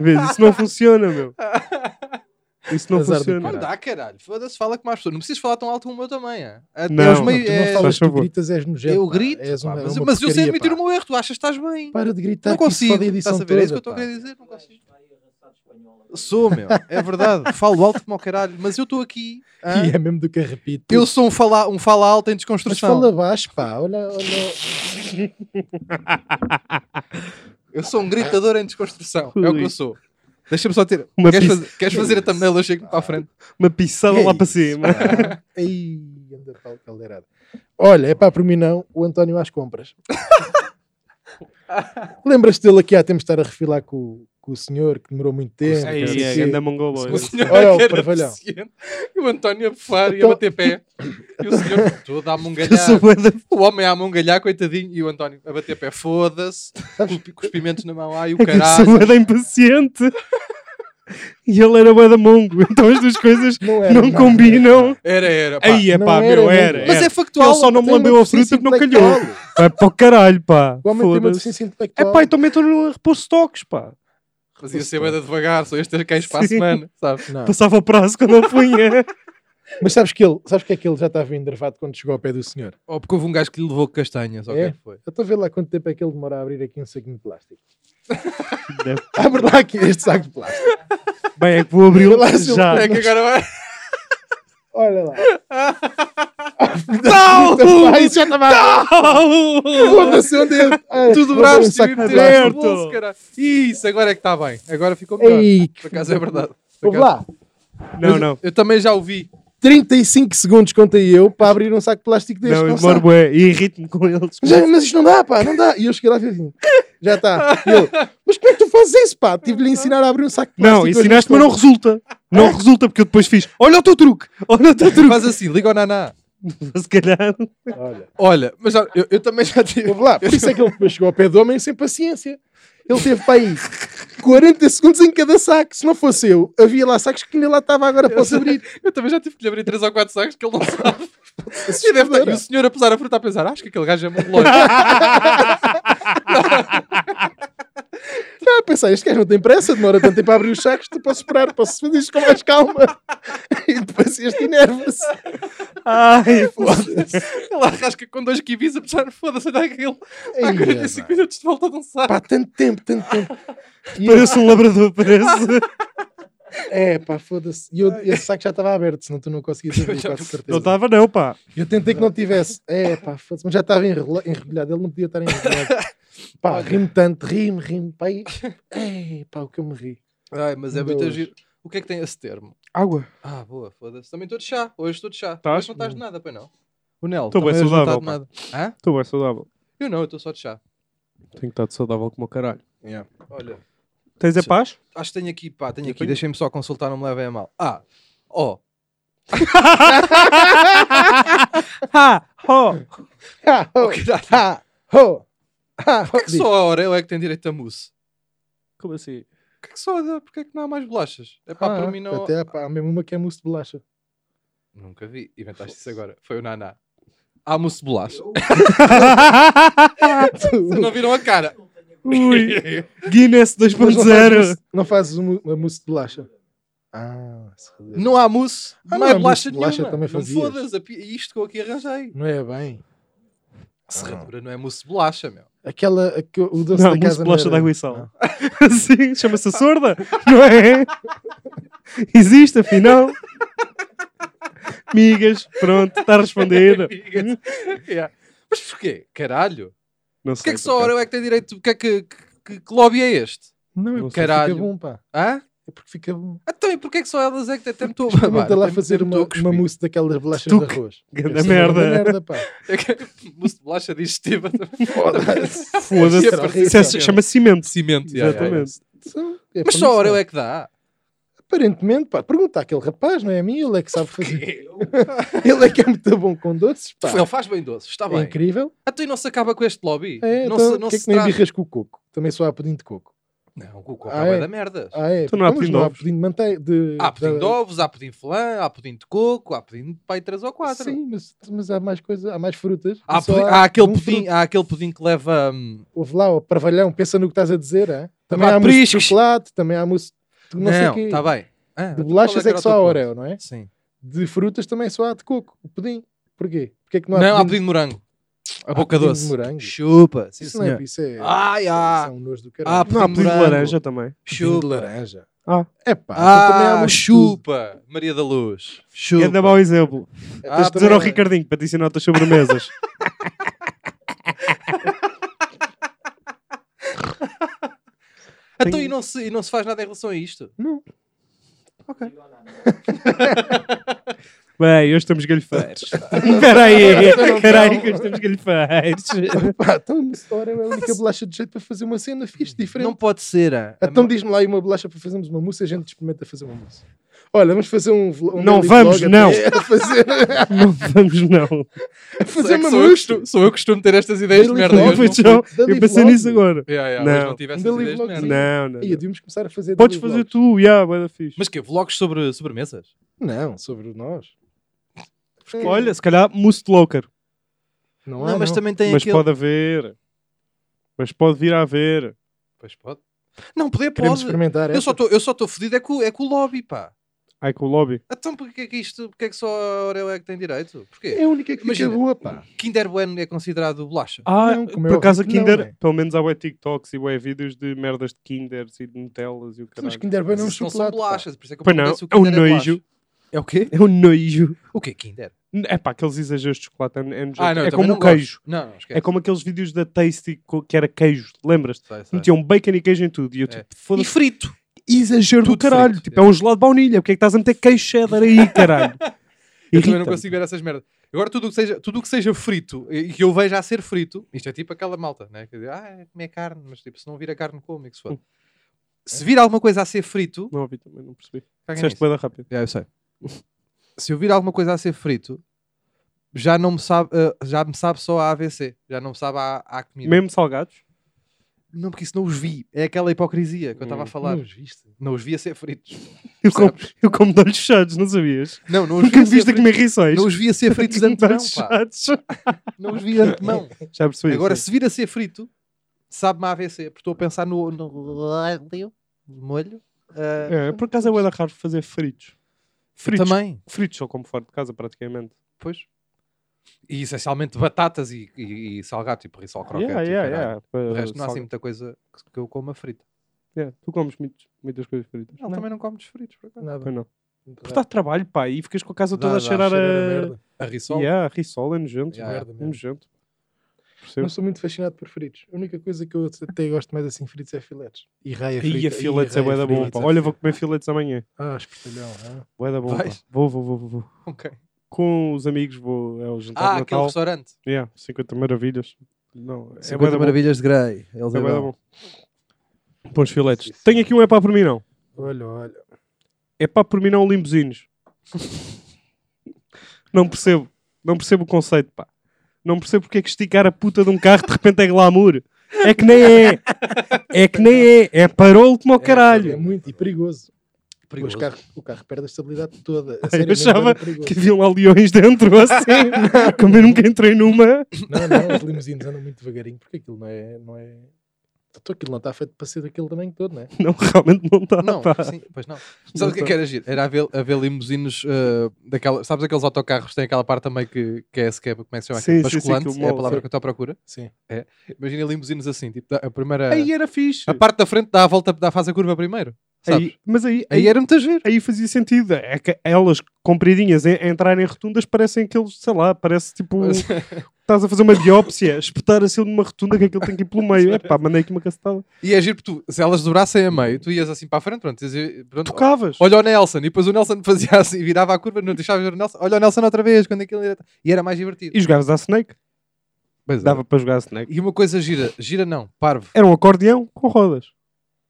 Speaker 3: Vês, isso não funciona, meu. Isso não
Speaker 1: Azar do
Speaker 3: funciona.
Speaker 2: Não
Speaker 1: Caralho.
Speaker 2: dá, caralho. Foda-se, fala com mais pessoas. Não precisas falar tão alto como o meu também. É, é
Speaker 3: Não,
Speaker 2: aos
Speaker 3: não,
Speaker 2: meios-
Speaker 1: tu não
Speaker 2: é-
Speaker 1: falas,
Speaker 3: faz
Speaker 1: tu
Speaker 3: favor.
Speaker 1: gritas, és nojento.
Speaker 2: eu
Speaker 1: pá.
Speaker 2: grito.
Speaker 1: És um
Speaker 2: pá,
Speaker 1: uma-
Speaker 2: mas,
Speaker 1: uma
Speaker 2: mas eu sei
Speaker 1: porcaria,
Speaker 2: admitir
Speaker 1: pá.
Speaker 2: o meu erro. Tu achas que estás bem?
Speaker 1: Para tá de gritar,
Speaker 2: não
Speaker 1: que isso
Speaker 2: consigo.
Speaker 1: fode a edição
Speaker 2: Estás a ver? É isso que eu estou
Speaker 1: toda,
Speaker 2: a
Speaker 1: pá.
Speaker 2: querer dizer. Não consigo. Sou, meu. É verdade. Falo alto como ao caralho. Mas eu estou aqui. hã?
Speaker 1: E é mesmo do que eu repito.
Speaker 2: Eu sou um fala, um fala alto em
Speaker 1: Mas
Speaker 2: desconstrução.
Speaker 1: fala baixo, pá. Olha, olha.
Speaker 2: Eu sou um gritador em desconstrução. É o que
Speaker 3: Ui.
Speaker 2: eu sou. Deixa-me só ter.
Speaker 3: Uma
Speaker 2: Queres
Speaker 3: pis-
Speaker 2: fazer, queres fazer a thumbnail? Eu chego para a frente.
Speaker 3: Uma pisada
Speaker 1: Que
Speaker 3: lá
Speaker 1: é
Speaker 3: para cima.
Speaker 1: Ei, anda pau caldeirada. Olha, é pá, por mim não, o António às compras. Lembras-te dele aqui há tempo estar a refilar com, com o senhor que demorou muito tempo?
Speaker 2: Ei,
Speaker 1: não sei
Speaker 3: Aí é
Speaker 1: quê.
Speaker 3: grande mongoloide.
Speaker 2: O senhor
Speaker 1: Olha o
Speaker 2: que era
Speaker 1: parvalhão.
Speaker 2: deficiente, E o António a bufar e a
Speaker 1: Então-
Speaker 2: bater pé. E o senhor todo a
Speaker 3: Eu
Speaker 2: mungalhar.
Speaker 3: sou bué da-
Speaker 2: O homem a amungalhar, coitadinho. E o António a bater pé. Foda-se.
Speaker 1: Sabes?
Speaker 2: Com os pimentos na mão. Ai, o
Speaker 3: é que eu sou
Speaker 1: um-
Speaker 2: caralho.
Speaker 3: bué da impaciente. E ele era bué da mongo. Então as duas coisas
Speaker 1: Não, era
Speaker 3: não
Speaker 1: nada.
Speaker 3: combinam.
Speaker 2: Era, era. pá.
Speaker 3: Aí é
Speaker 1: não
Speaker 3: pá,
Speaker 1: era
Speaker 3: meu,
Speaker 1: mongo.
Speaker 3: era.
Speaker 2: Mas
Speaker 3: era.
Speaker 2: é factual.
Speaker 3: Ele só não me
Speaker 1: Tem uma
Speaker 3: lambeu a fruta
Speaker 1: deficiência
Speaker 3: porque não calhou.
Speaker 1: intelectual.
Speaker 3: Vai para o caralho, pá.
Speaker 1: O homem tem uma
Speaker 3: Foda-se.
Speaker 1: deficiência
Speaker 3: É
Speaker 1: intelectual.
Speaker 3: pá, então metam-no a repor toques, pá.
Speaker 2: Mas ia ser bem devagar. Só este arcais para a
Speaker 3: Sim.
Speaker 2: semana. Sabes?
Speaker 1: Não.
Speaker 3: Passava o prazo quando eu punha.
Speaker 1: Mas sabes que ele, sabes que é que ele já estava enervado quando chegou ao pé do senhor?
Speaker 2: Ou porque houve um gajo que lhe levou castanhas. ou o que
Speaker 1: É?
Speaker 2: é que foi?
Speaker 1: Eu estou a ver lá quanto tempo é que ele demora a abrir aqui um saquinho de plástico.
Speaker 3: Deve-
Speaker 1: Abre lá aqui este saco de plástico.
Speaker 3: Bem, é que vou abrir
Speaker 1: Lá se eu-
Speaker 3: já.
Speaker 2: É que agora vai.
Speaker 1: Olha lá.
Speaker 2: Não!
Speaker 1: Pá, isso já estava a Foda-se, onde é? Ah,
Speaker 2: Tu
Speaker 1: vou pôr um
Speaker 2: dobraste
Speaker 1: saco
Speaker 2: e
Speaker 1: de plástico.
Speaker 3: tirei.
Speaker 2: tiraste o
Speaker 3: plástico.
Speaker 2: bolso, caralho. Isso, agora é que está bem. Agora ficou melhor.
Speaker 1: Ei,
Speaker 2: Por acaso é verdade. Por
Speaker 1: Ouve
Speaker 2: acaso-
Speaker 1: lá.
Speaker 3: Não, não.
Speaker 2: Eu também já ouvi.
Speaker 1: 35 segundos, contei eu, para abrir um saco de plástico deste.
Speaker 3: Não, eu
Speaker 1: não
Speaker 3: demoro
Speaker 1: sabe.
Speaker 3: bué. E irrito-me com eles.
Speaker 1: Já- mas isto não dá, pá, não dá. E eu cheguei lá e fiz assim, já está. E ele, mas como é que tu fazes isso, pá? Tive-lhe a ensinar a abrir um saco de plástico.
Speaker 3: Não,
Speaker 1: hoje
Speaker 3: ensinaste, mas não resulta. Não resulta porque eu depois fiz. Olha o teu truque! Olha o teu truque!
Speaker 2: Faz assim, liga ao Naná.
Speaker 3: Se calhar.
Speaker 1: Olha,
Speaker 2: Olha, mas já- eu, eu também já tive.
Speaker 1: ouve lá, por isso é que ele depois chegou ao pé do homem sem paciência. Ele teve para aí 40 segundos em cada saco. Se não fosse eu, havia lá sacos que ainda lá estava agora, posso abrir.
Speaker 2: Eu também já tive que lhe abrir 3 ou 4 sacos que ele não sabe. E, deve estar- e o senhor, apesar da fruta, a pensar: acho que aquele gajo é mongológico.
Speaker 1: Ah, pensei, este gajo não tem pressa, demora tanto tempo a abrir os sacos, tu posso esperar, posso fazer isto com mais calma. E depois este enerva-se.
Speaker 3: Ai,
Speaker 2: ele arrasca com 2 kibis, apesar de foda-se, olha aquilo. Há
Speaker 1: Ei,
Speaker 2: 45 minutos de volta de um saco.
Speaker 1: Pá, tanto tempo, tanto tempo. E eu,
Speaker 3: parece um labrador, parece.
Speaker 1: é, pá, foda-se. E eu- esse saco já estava aberto, senão tu não conseguias abrir, com
Speaker 3: Não
Speaker 1: certeza.
Speaker 3: estava, não, pá.
Speaker 1: Eu tentei que não tivesse. É, pá, foda-se. Mas já estava enrela- enrebulhado, ele não podia estar enrebulhado. Pá, ri-me tanto, ri-me, ri-me. Pá, e... É, pá, o que eu me ri.
Speaker 2: Ai, mas é
Speaker 1: Ainda
Speaker 2: muito
Speaker 1: hoje.
Speaker 2: giro. O que é que tem esse termo?
Speaker 3: Água.
Speaker 2: Ah, boa, foda-se. Também estou de chá. Hoje estou de chá.
Speaker 3: Tás?
Speaker 2: Hoje não estás de nada, pois não? O Nel,
Speaker 3: Estou bem
Speaker 2: também hoje não está
Speaker 3: saudável,
Speaker 2: de nada. Hã?
Speaker 3: Estou bem saudável.
Speaker 2: Eu não, eu estou só de chá.
Speaker 3: Tenho que estar de saudável como o caralho.
Speaker 2: Olha,
Speaker 3: Tens a paz?
Speaker 2: acho que tenho aqui, pá, tenho
Speaker 3: Eu
Speaker 2: aqui.
Speaker 3: tenho.
Speaker 2: Deixem-me só consultar, não me levem a mal. Ah, ó.
Speaker 3: Ha!
Speaker 1: Ha,
Speaker 3: Ho!
Speaker 1: ho,
Speaker 2: Ah, Ok, já-
Speaker 1: ha, Ah, ho. Ha, ho.
Speaker 2: Porquê oh, que só a Oreo é que tem direito a mousse?
Speaker 3: Como assim?
Speaker 2: Porquê que só dá? Porquê que não há mais bolachas? É pá,
Speaker 1: Ah,
Speaker 2: para mim não...
Speaker 1: Até, pá, há mesmo uma que é mousse de bolacha.
Speaker 2: Nunca vi. Inventaste isso agora. Foi o Naná. Há mousse de bolacha. Vocês não viram a cara.
Speaker 3: Ui! Guinness
Speaker 1: Mas não fazes
Speaker 3: 2.0.
Speaker 1: mousse- Não fazes uma, uma mousse de bolacha. Ah, se calhar.
Speaker 2: Não há mousse. não
Speaker 1: Ah, não
Speaker 2: há
Speaker 1: há
Speaker 2: bolacha
Speaker 1: mousse de bolacha,
Speaker 2: nenhuma.
Speaker 1: também
Speaker 2: não me
Speaker 1: fazias.
Speaker 2: fodas. a pi- é Isto que eu aqui arranjei.
Speaker 1: Não é bem. Ah.
Speaker 2: Serradura não é mousse de bolacha, meu.
Speaker 1: Aquela, a que o doce da
Speaker 3: Não, mousse
Speaker 1: casa
Speaker 3: de bolacha de
Speaker 1: era-
Speaker 3: água e sal. Sim, chama-se a sorda, não é? Existe, afinal. Migas, pronto, está respondido.
Speaker 2: Yeah. Mas porquê? Caralho.
Speaker 3: Não
Speaker 2: Porquê que só a Oreo é que tem direito? Porquê que, que, que, que lobby é este?
Speaker 1: Não, é
Speaker 3: Não
Speaker 1: porque
Speaker 2: sei. Caralho.
Speaker 1: fica bom, pá.
Speaker 2: Hã?
Speaker 1: É porque fica bom.
Speaker 2: Então, e porquê que só elas é que têm tanto...
Speaker 1: Experimenta
Speaker 2: então
Speaker 1: lá fazer uma, uma mousse daquelas bolachas
Speaker 3: Tuque.
Speaker 1: de arroz.
Speaker 3: Ganda
Speaker 1: Deve ser uma
Speaker 3: merda.
Speaker 1: merda, pá.
Speaker 2: Mousse de bolacha digestiva.
Speaker 1: Foda-se.
Speaker 3: Foda-se.
Speaker 1: Isso é horrível.
Speaker 3: Isso é- Chama-se cimento.
Speaker 2: Cimento. yeah, yeah, yeah.
Speaker 3: Exatamente.
Speaker 1: É
Speaker 2: Mas
Speaker 1: para
Speaker 2: só a
Speaker 1: mim,
Speaker 2: Oreo
Speaker 1: sabe.
Speaker 2: é que dá.
Speaker 1: Aparentemente, pá, pergunta àquele rapaz, não é a mim? Ele é que sabe fazer. Ele é que é muito bom com doces, pá.
Speaker 2: Ele faz bem doce, está
Speaker 1: É
Speaker 2: bem.
Speaker 1: incrível.
Speaker 2: Até e não se acaba com este lobby.
Speaker 1: É,
Speaker 2: não
Speaker 1: então,
Speaker 2: se, não
Speaker 1: que é
Speaker 2: se
Speaker 1: que não
Speaker 2: trata-
Speaker 1: embirras com o coco? Também só há pudim de coco.
Speaker 2: Não, o Cuco
Speaker 1: Ah,
Speaker 2: ah, é
Speaker 1: é? então
Speaker 2: da merda.
Speaker 1: Ah, é?
Speaker 3: Então não há
Speaker 1: Então, mas
Speaker 3: pudim de
Speaker 1: não há
Speaker 3: ovos.
Speaker 1: pudim de manteiga. De,
Speaker 2: Há pudim
Speaker 1: da-
Speaker 2: de ovos, há pudim de flan, há pudim de coco, há pudim de pai 3 ou 4.
Speaker 1: Sim, mas, mas há mais coisas, há mais frutas.
Speaker 2: Ah, tá Há,
Speaker 1: Só
Speaker 2: pudim- há aquele
Speaker 1: um
Speaker 2: pudim,
Speaker 1: fruto.
Speaker 2: há aquele pudim que leva. hum,
Speaker 1: Ouve lá, o parvalhão, pensa no que estás a dizer. é? Também
Speaker 2: há
Speaker 1: há, mousse de
Speaker 2: priscos.
Speaker 1: chocolate, também há mousse de não,
Speaker 2: Não,
Speaker 1: sei o quê.
Speaker 2: está bem. Ah,
Speaker 1: De
Speaker 2: então
Speaker 1: bolachas
Speaker 2: qual
Speaker 1: é
Speaker 2: era
Speaker 1: que
Speaker 2: o teu
Speaker 1: só há
Speaker 2: ponto?
Speaker 1: Oreo, não é?
Speaker 2: Sim.
Speaker 1: De frutas também é só há de coco, o pudim. Porquê? Porque é que não
Speaker 2: Não, há
Speaker 1: há pudim
Speaker 2: pedido de morango. A
Speaker 1: Há
Speaker 2: boca
Speaker 1: pudim de
Speaker 2: doce.
Speaker 1: morango?
Speaker 2: Chupa. Sim,
Speaker 1: Isso não é
Speaker 2: senhor.
Speaker 1: isso é,
Speaker 2: Ai,
Speaker 1: isso é
Speaker 2: ah.
Speaker 1: um nojo do
Speaker 2: Ah,
Speaker 1: caralho.
Speaker 3: Não há
Speaker 2: pudim de
Speaker 3: pedido de
Speaker 2: morango.
Speaker 3: laranja também.
Speaker 1: Pudim de
Speaker 2: Chupa.
Speaker 1: laranja.
Speaker 3: Ah.
Speaker 1: é pá,
Speaker 2: Ah, chupa. Maria da Luz. Chupa.
Speaker 3: Ainda mau exemplo.
Speaker 2: Ah,
Speaker 3: Tens de dizer ao Ricardinho para te ensinar outras sobremesas.
Speaker 2: Então
Speaker 3: Tenho-
Speaker 2: Então, e não, se, e não se faz nada em relação a isto?
Speaker 1: Não.
Speaker 3: Bem, hoje estamos galhofeiros. Peraí, peraí, que hoje estamos galhofeiros.
Speaker 1: Pá, então no Store é a única bolacha de jeito para fazer uma cena fixe, diferente.
Speaker 2: Não pode ser. ah.
Speaker 1: Então diz-me lá aí uma bolacha para fazermos uma mousse e a gente experimenta fazer uma mousse. Olha, vamos fazer um, vlo- um
Speaker 3: Não
Speaker 1: daily
Speaker 3: vamos,
Speaker 1: vlog
Speaker 3: não.
Speaker 1: até- A fazer,
Speaker 3: Não vamos, não.
Speaker 1: a fazer
Speaker 2: É que
Speaker 1: uma
Speaker 2: sou eu que
Speaker 1: mousse.
Speaker 2: costumo- Sou eu que costumo ter estas ideias de
Speaker 1: Daily
Speaker 2: merda.
Speaker 1: vlog,
Speaker 2: e
Speaker 3: Não,
Speaker 2: hoje
Speaker 3: foi
Speaker 2: não-
Speaker 3: João.
Speaker 1: Daily
Speaker 3: Eu pensei
Speaker 1: vlog.
Speaker 3: nisso agora.
Speaker 2: Yeah, yeah, hoje
Speaker 3: Não.
Speaker 2: não tive essas
Speaker 1: Daily
Speaker 2: ideias de
Speaker 1: vlog,
Speaker 2: merda.
Speaker 1: sim.
Speaker 3: Não, não.
Speaker 1: Aí,
Speaker 3: não.
Speaker 1: devíamos começar a fazer
Speaker 3: Podes
Speaker 1: daily
Speaker 3: fazer
Speaker 1: vlogs.
Speaker 3: tu, yeah, bué da fixe.
Speaker 2: Mas que Vlogs sobre sobremesas?
Speaker 1: Não, sobre nós. É.
Speaker 3: Olha, se calhar mousse de locker.
Speaker 1: não,
Speaker 2: Não,
Speaker 1: há,
Speaker 2: mas
Speaker 1: não.
Speaker 2: também tem
Speaker 3: Mas
Speaker 2: aquele...
Speaker 3: pode haver. Mas pode vir a haver.
Speaker 2: Pois pode. Não, poder
Speaker 1: Queremos
Speaker 2: pode.
Speaker 1: experimentar
Speaker 2: Eu
Speaker 1: essa.
Speaker 2: só tô- eu só estou fodido é com, é com o lobby, pá.
Speaker 3: Ai, com o lobby.
Speaker 2: Então porquê é que isto... Porquê é que só a Oreo é que tem direito? Porqué?
Speaker 1: É a única que
Speaker 2: Imagina.
Speaker 1: fica boa, pá.
Speaker 2: Kinder Bueno é considerado bolacha?
Speaker 3: Ah,
Speaker 1: Não, como é
Speaker 3: por acaso a
Speaker 1: óbvio que não,
Speaker 3: Kinder,
Speaker 1: né?
Speaker 3: pelo menos há bué TikToks e bué vídeos de merdas de Kinders e de Nutellas e o
Speaker 1: Mas
Speaker 3: caralho.
Speaker 1: Kinder Bueno é um
Speaker 2: Isso não são
Speaker 1: chocolate. pá.
Speaker 2: bolachas, por isso é que eu
Speaker 3: Pois não,
Speaker 2: pergunto se
Speaker 3: é um
Speaker 2: Kinder bolacha.
Speaker 3: nojo.
Speaker 2: É o quê?
Speaker 3: É um nojo.
Speaker 2: O quê, Kinder?
Speaker 3: É pá, aqueles exageros de chocolate. É, é nojento.
Speaker 2: Ah, não, eu
Speaker 3: é
Speaker 2: também
Speaker 3: como
Speaker 2: não
Speaker 3: o queijo.
Speaker 2: gosto. Não, não, esquece.
Speaker 3: É como aqueles vídeos da Tasty co- que era queijo, lembras-te?
Speaker 2: Sei, sei.
Speaker 3: Metiam bacon e queijo em tudo. E eu
Speaker 2: É.
Speaker 3: tipo, foda-se.
Speaker 2: frito.
Speaker 3: Exagero do
Speaker 2: Tudo
Speaker 3: caralho.
Speaker 2: frito,
Speaker 3: Tipo, é um gelado de baunilha. Porquê é que estás a meter queijo cheddar aí, caralho?
Speaker 2: Eu também não
Speaker 3: Irrita-me.
Speaker 2: consigo ver essas merdas. Agora, tudo o que seja, tudo o que seja frito e que eu veja a ser frito, isto é tipo aquela malta, né? Que diz, ah, é comer carne, mas tipo, se não vir a carne, como é que se foda? Se vir alguma coisa a ser frito,
Speaker 3: Não ouvi também, não percebi.
Speaker 2: caguem
Speaker 3: Disseste
Speaker 2: nisso.
Speaker 3: bem rápido.
Speaker 2: É, eu sei. se eu vir alguma coisa a ser frito, já não me sabe, ah, já me sabe só a AVC, já não me sabe a, a comida.
Speaker 3: Mesmo salgados?
Speaker 2: Não, porque isso não os vi. É aquela hipocrisia que eu estava a
Speaker 3: Hum.
Speaker 2: falar.
Speaker 1: Não os viste?
Speaker 2: Não os vi a ser fritos.
Speaker 3: Eu como, eu como de olhos fechados, não sabias?
Speaker 2: Não, não os
Speaker 3: Nunca
Speaker 2: vi a
Speaker 3: me
Speaker 2: ser
Speaker 3: viste a
Speaker 2: fritos.
Speaker 3: comer rissóis.
Speaker 2: Não os vi a ser fritos de
Speaker 3: Como de
Speaker 2: antemão,
Speaker 3: olhos
Speaker 2: pá.
Speaker 3: fechados.
Speaker 2: Não os vi de antemão.
Speaker 3: Já percebi.
Speaker 2: Agora,
Speaker 3: sim.
Speaker 2: se vir a ser frito, sabe-me a AVC, porque estou a pensar no, no óleo, molho. ah,
Speaker 3: É, por acaso é bué da raro fazer fritos. Fritos.
Speaker 2: Também,
Speaker 3: Fritos só como fora de casa, praticamente.
Speaker 2: pois. E essencialmente batatas e, e, e salgado, tipo risol croquete.
Speaker 3: Yeah,
Speaker 2: e
Speaker 3: yeah,
Speaker 2: caralho.
Speaker 3: yeah.
Speaker 2: O
Speaker 3: Uh,
Speaker 2: resto não há assim
Speaker 3: salga-
Speaker 2: muita coisa que, que eu coma frita.
Speaker 3: Yeah, Tu comes muitos- muitas coisas fritas.
Speaker 2: Ele também não come dos fritos, por acaso.
Speaker 1: Nada.
Speaker 3: Pois não. Porque dá trabalho, pá, e ficas com a casa
Speaker 2: Dá-
Speaker 3: toda
Speaker 2: dá
Speaker 3: a cheirar
Speaker 1: cheira
Speaker 3: a...
Speaker 1: merda.
Speaker 2: A risol?
Speaker 3: Yeah, risol é nojento.
Speaker 2: Yeah,
Speaker 3: pá,
Speaker 1: merda
Speaker 3: é
Speaker 1: mesmo.
Speaker 3: nojento. Percebo?
Speaker 1: Não sou muito fascinado por fritos. A única coisa que eu até gosto mais assim fritos é filetes. E raia frita.
Speaker 3: E a filetes é
Speaker 1: raia
Speaker 3: bué da bom,
Speaker 1: frita. assim.
Speaker 3: pá. Olha, vou comer filetes amanhã.
Speaker 1: Ah, espertalhão. ah.
Speaker 3: Bué da bom, pá.
Speaker 2: Vais?
Speaker 3: Vou, vou, vou, vou, vou.
Speaker 2: Ok.
Speaker 3: Com os amigos vou é, ao jantar
Speaker 2: Ah,
Speaker 3: de
Speaker 2: aquele
Speaker 3: Natal.
Speaker 2: restaurante.
Speaker 3: Yeah, 50 maravilhas. Não, é bué
Speaker 2: 50
Speaker 3: da bom.
Speaker 2: Maravilhas de Grey. Eles
Speaker 3: É bué da
Speaker 2: adoram.
Speaker 3: bom. Pões filetes.
Speaker 1: Sim, sim.
Speaker 3: Tenho aqui um é pá por mim, não.
Speaker 1: Olha, olha.
Speaker 3: É pá por mim, não limbuzinos. não percebo. Não percebo o conceito, pá. Não percebo porque é que esticar a puta de um carro de repente é glamour. É que nem é. É que nem é. É parolo como o
Speaker 1: É
Speaker 3: caralho.
Speaker 1: muito e perigoso.
Speaker 2: Perigoso.
Speaker 1: Os carros- o carro perde a estabilidade toda. A
Speaker 3: Pá, eu
Speaker 1: sério, mesmo,
Speaker 3: achava
Speaker 1: é perigoso.
Speaker 3: que haviam lá leões dentro, assim. Como eu nunca entrei numa.
Speaker 1: Não, não, os limusines andam muito devagarinho porque aquilo não é. Não é... Então, Aquilo não está feito para ser daquele tamanho todo, não é?
Speaker 3: Não, realmente não está,
Speaker 2: Não,
Speaker 3: pá.
Speaker 2: sim, pois não. Sabes Tá. o que é que era giro? Era haver, haver limusinos ah, daquela. Sabes aqueles autocarros que têm aquela parte também que, que é que é, como é que se chama?
Speaker 3: Sim, sim, sim,
Speaker 2: Basculante,
Speaker 3: aquilo
Speaker 2: é a
Speaker 3: molde,
Speaker 2: palavra
Speaker 3: sim.
Speaker 2: que eu estou à procura.
Speaker 1: Sim.
Speaker 2: Imagina limusinos assim, tipo, dá- a primeira.
Speaker 3: Aí era fixe.
Speaker 2: A parte da frente dá a volta, dá, faz a curva primeiro. Ah, Sabes?
Speaker 3: Aí- mas aí,
Speaker 2: Aí,
Speaker 3: aí,
Speaker 2: era muito giro.
Speaker 3: aí fazia sentido. É que elas compridinhas a a entrarem rotundas parecem aqueles, sei lá, parece tipo. Estás a fazer uma biópsia, espetar assim numa rotunda que aquilo tem que ir pelo meio. É pá, mandei aqui uma cacetada.
Speaker 2: E é giro porque tu, se elas dobrassem a meio, tu ias assim para a frente, pronto. ias- pronto,
Speaker 3: Tocavas.
Speaker 2: Olha o Nelson, e depois o Nelson fazia assim, virava a curva, não deixava ver o Nelson, olha o Nelson outra vez, quando aquilo era... E era mais divertido.
Speaker 3: E jogavas à Snake.
Speaker 2: Pois é.
Speaker 3: Dava para jogar à Snake.
Speaker 2: E uma coisa gira, gira não, parvo,
Speaker 3: Era um acordeão com rodas.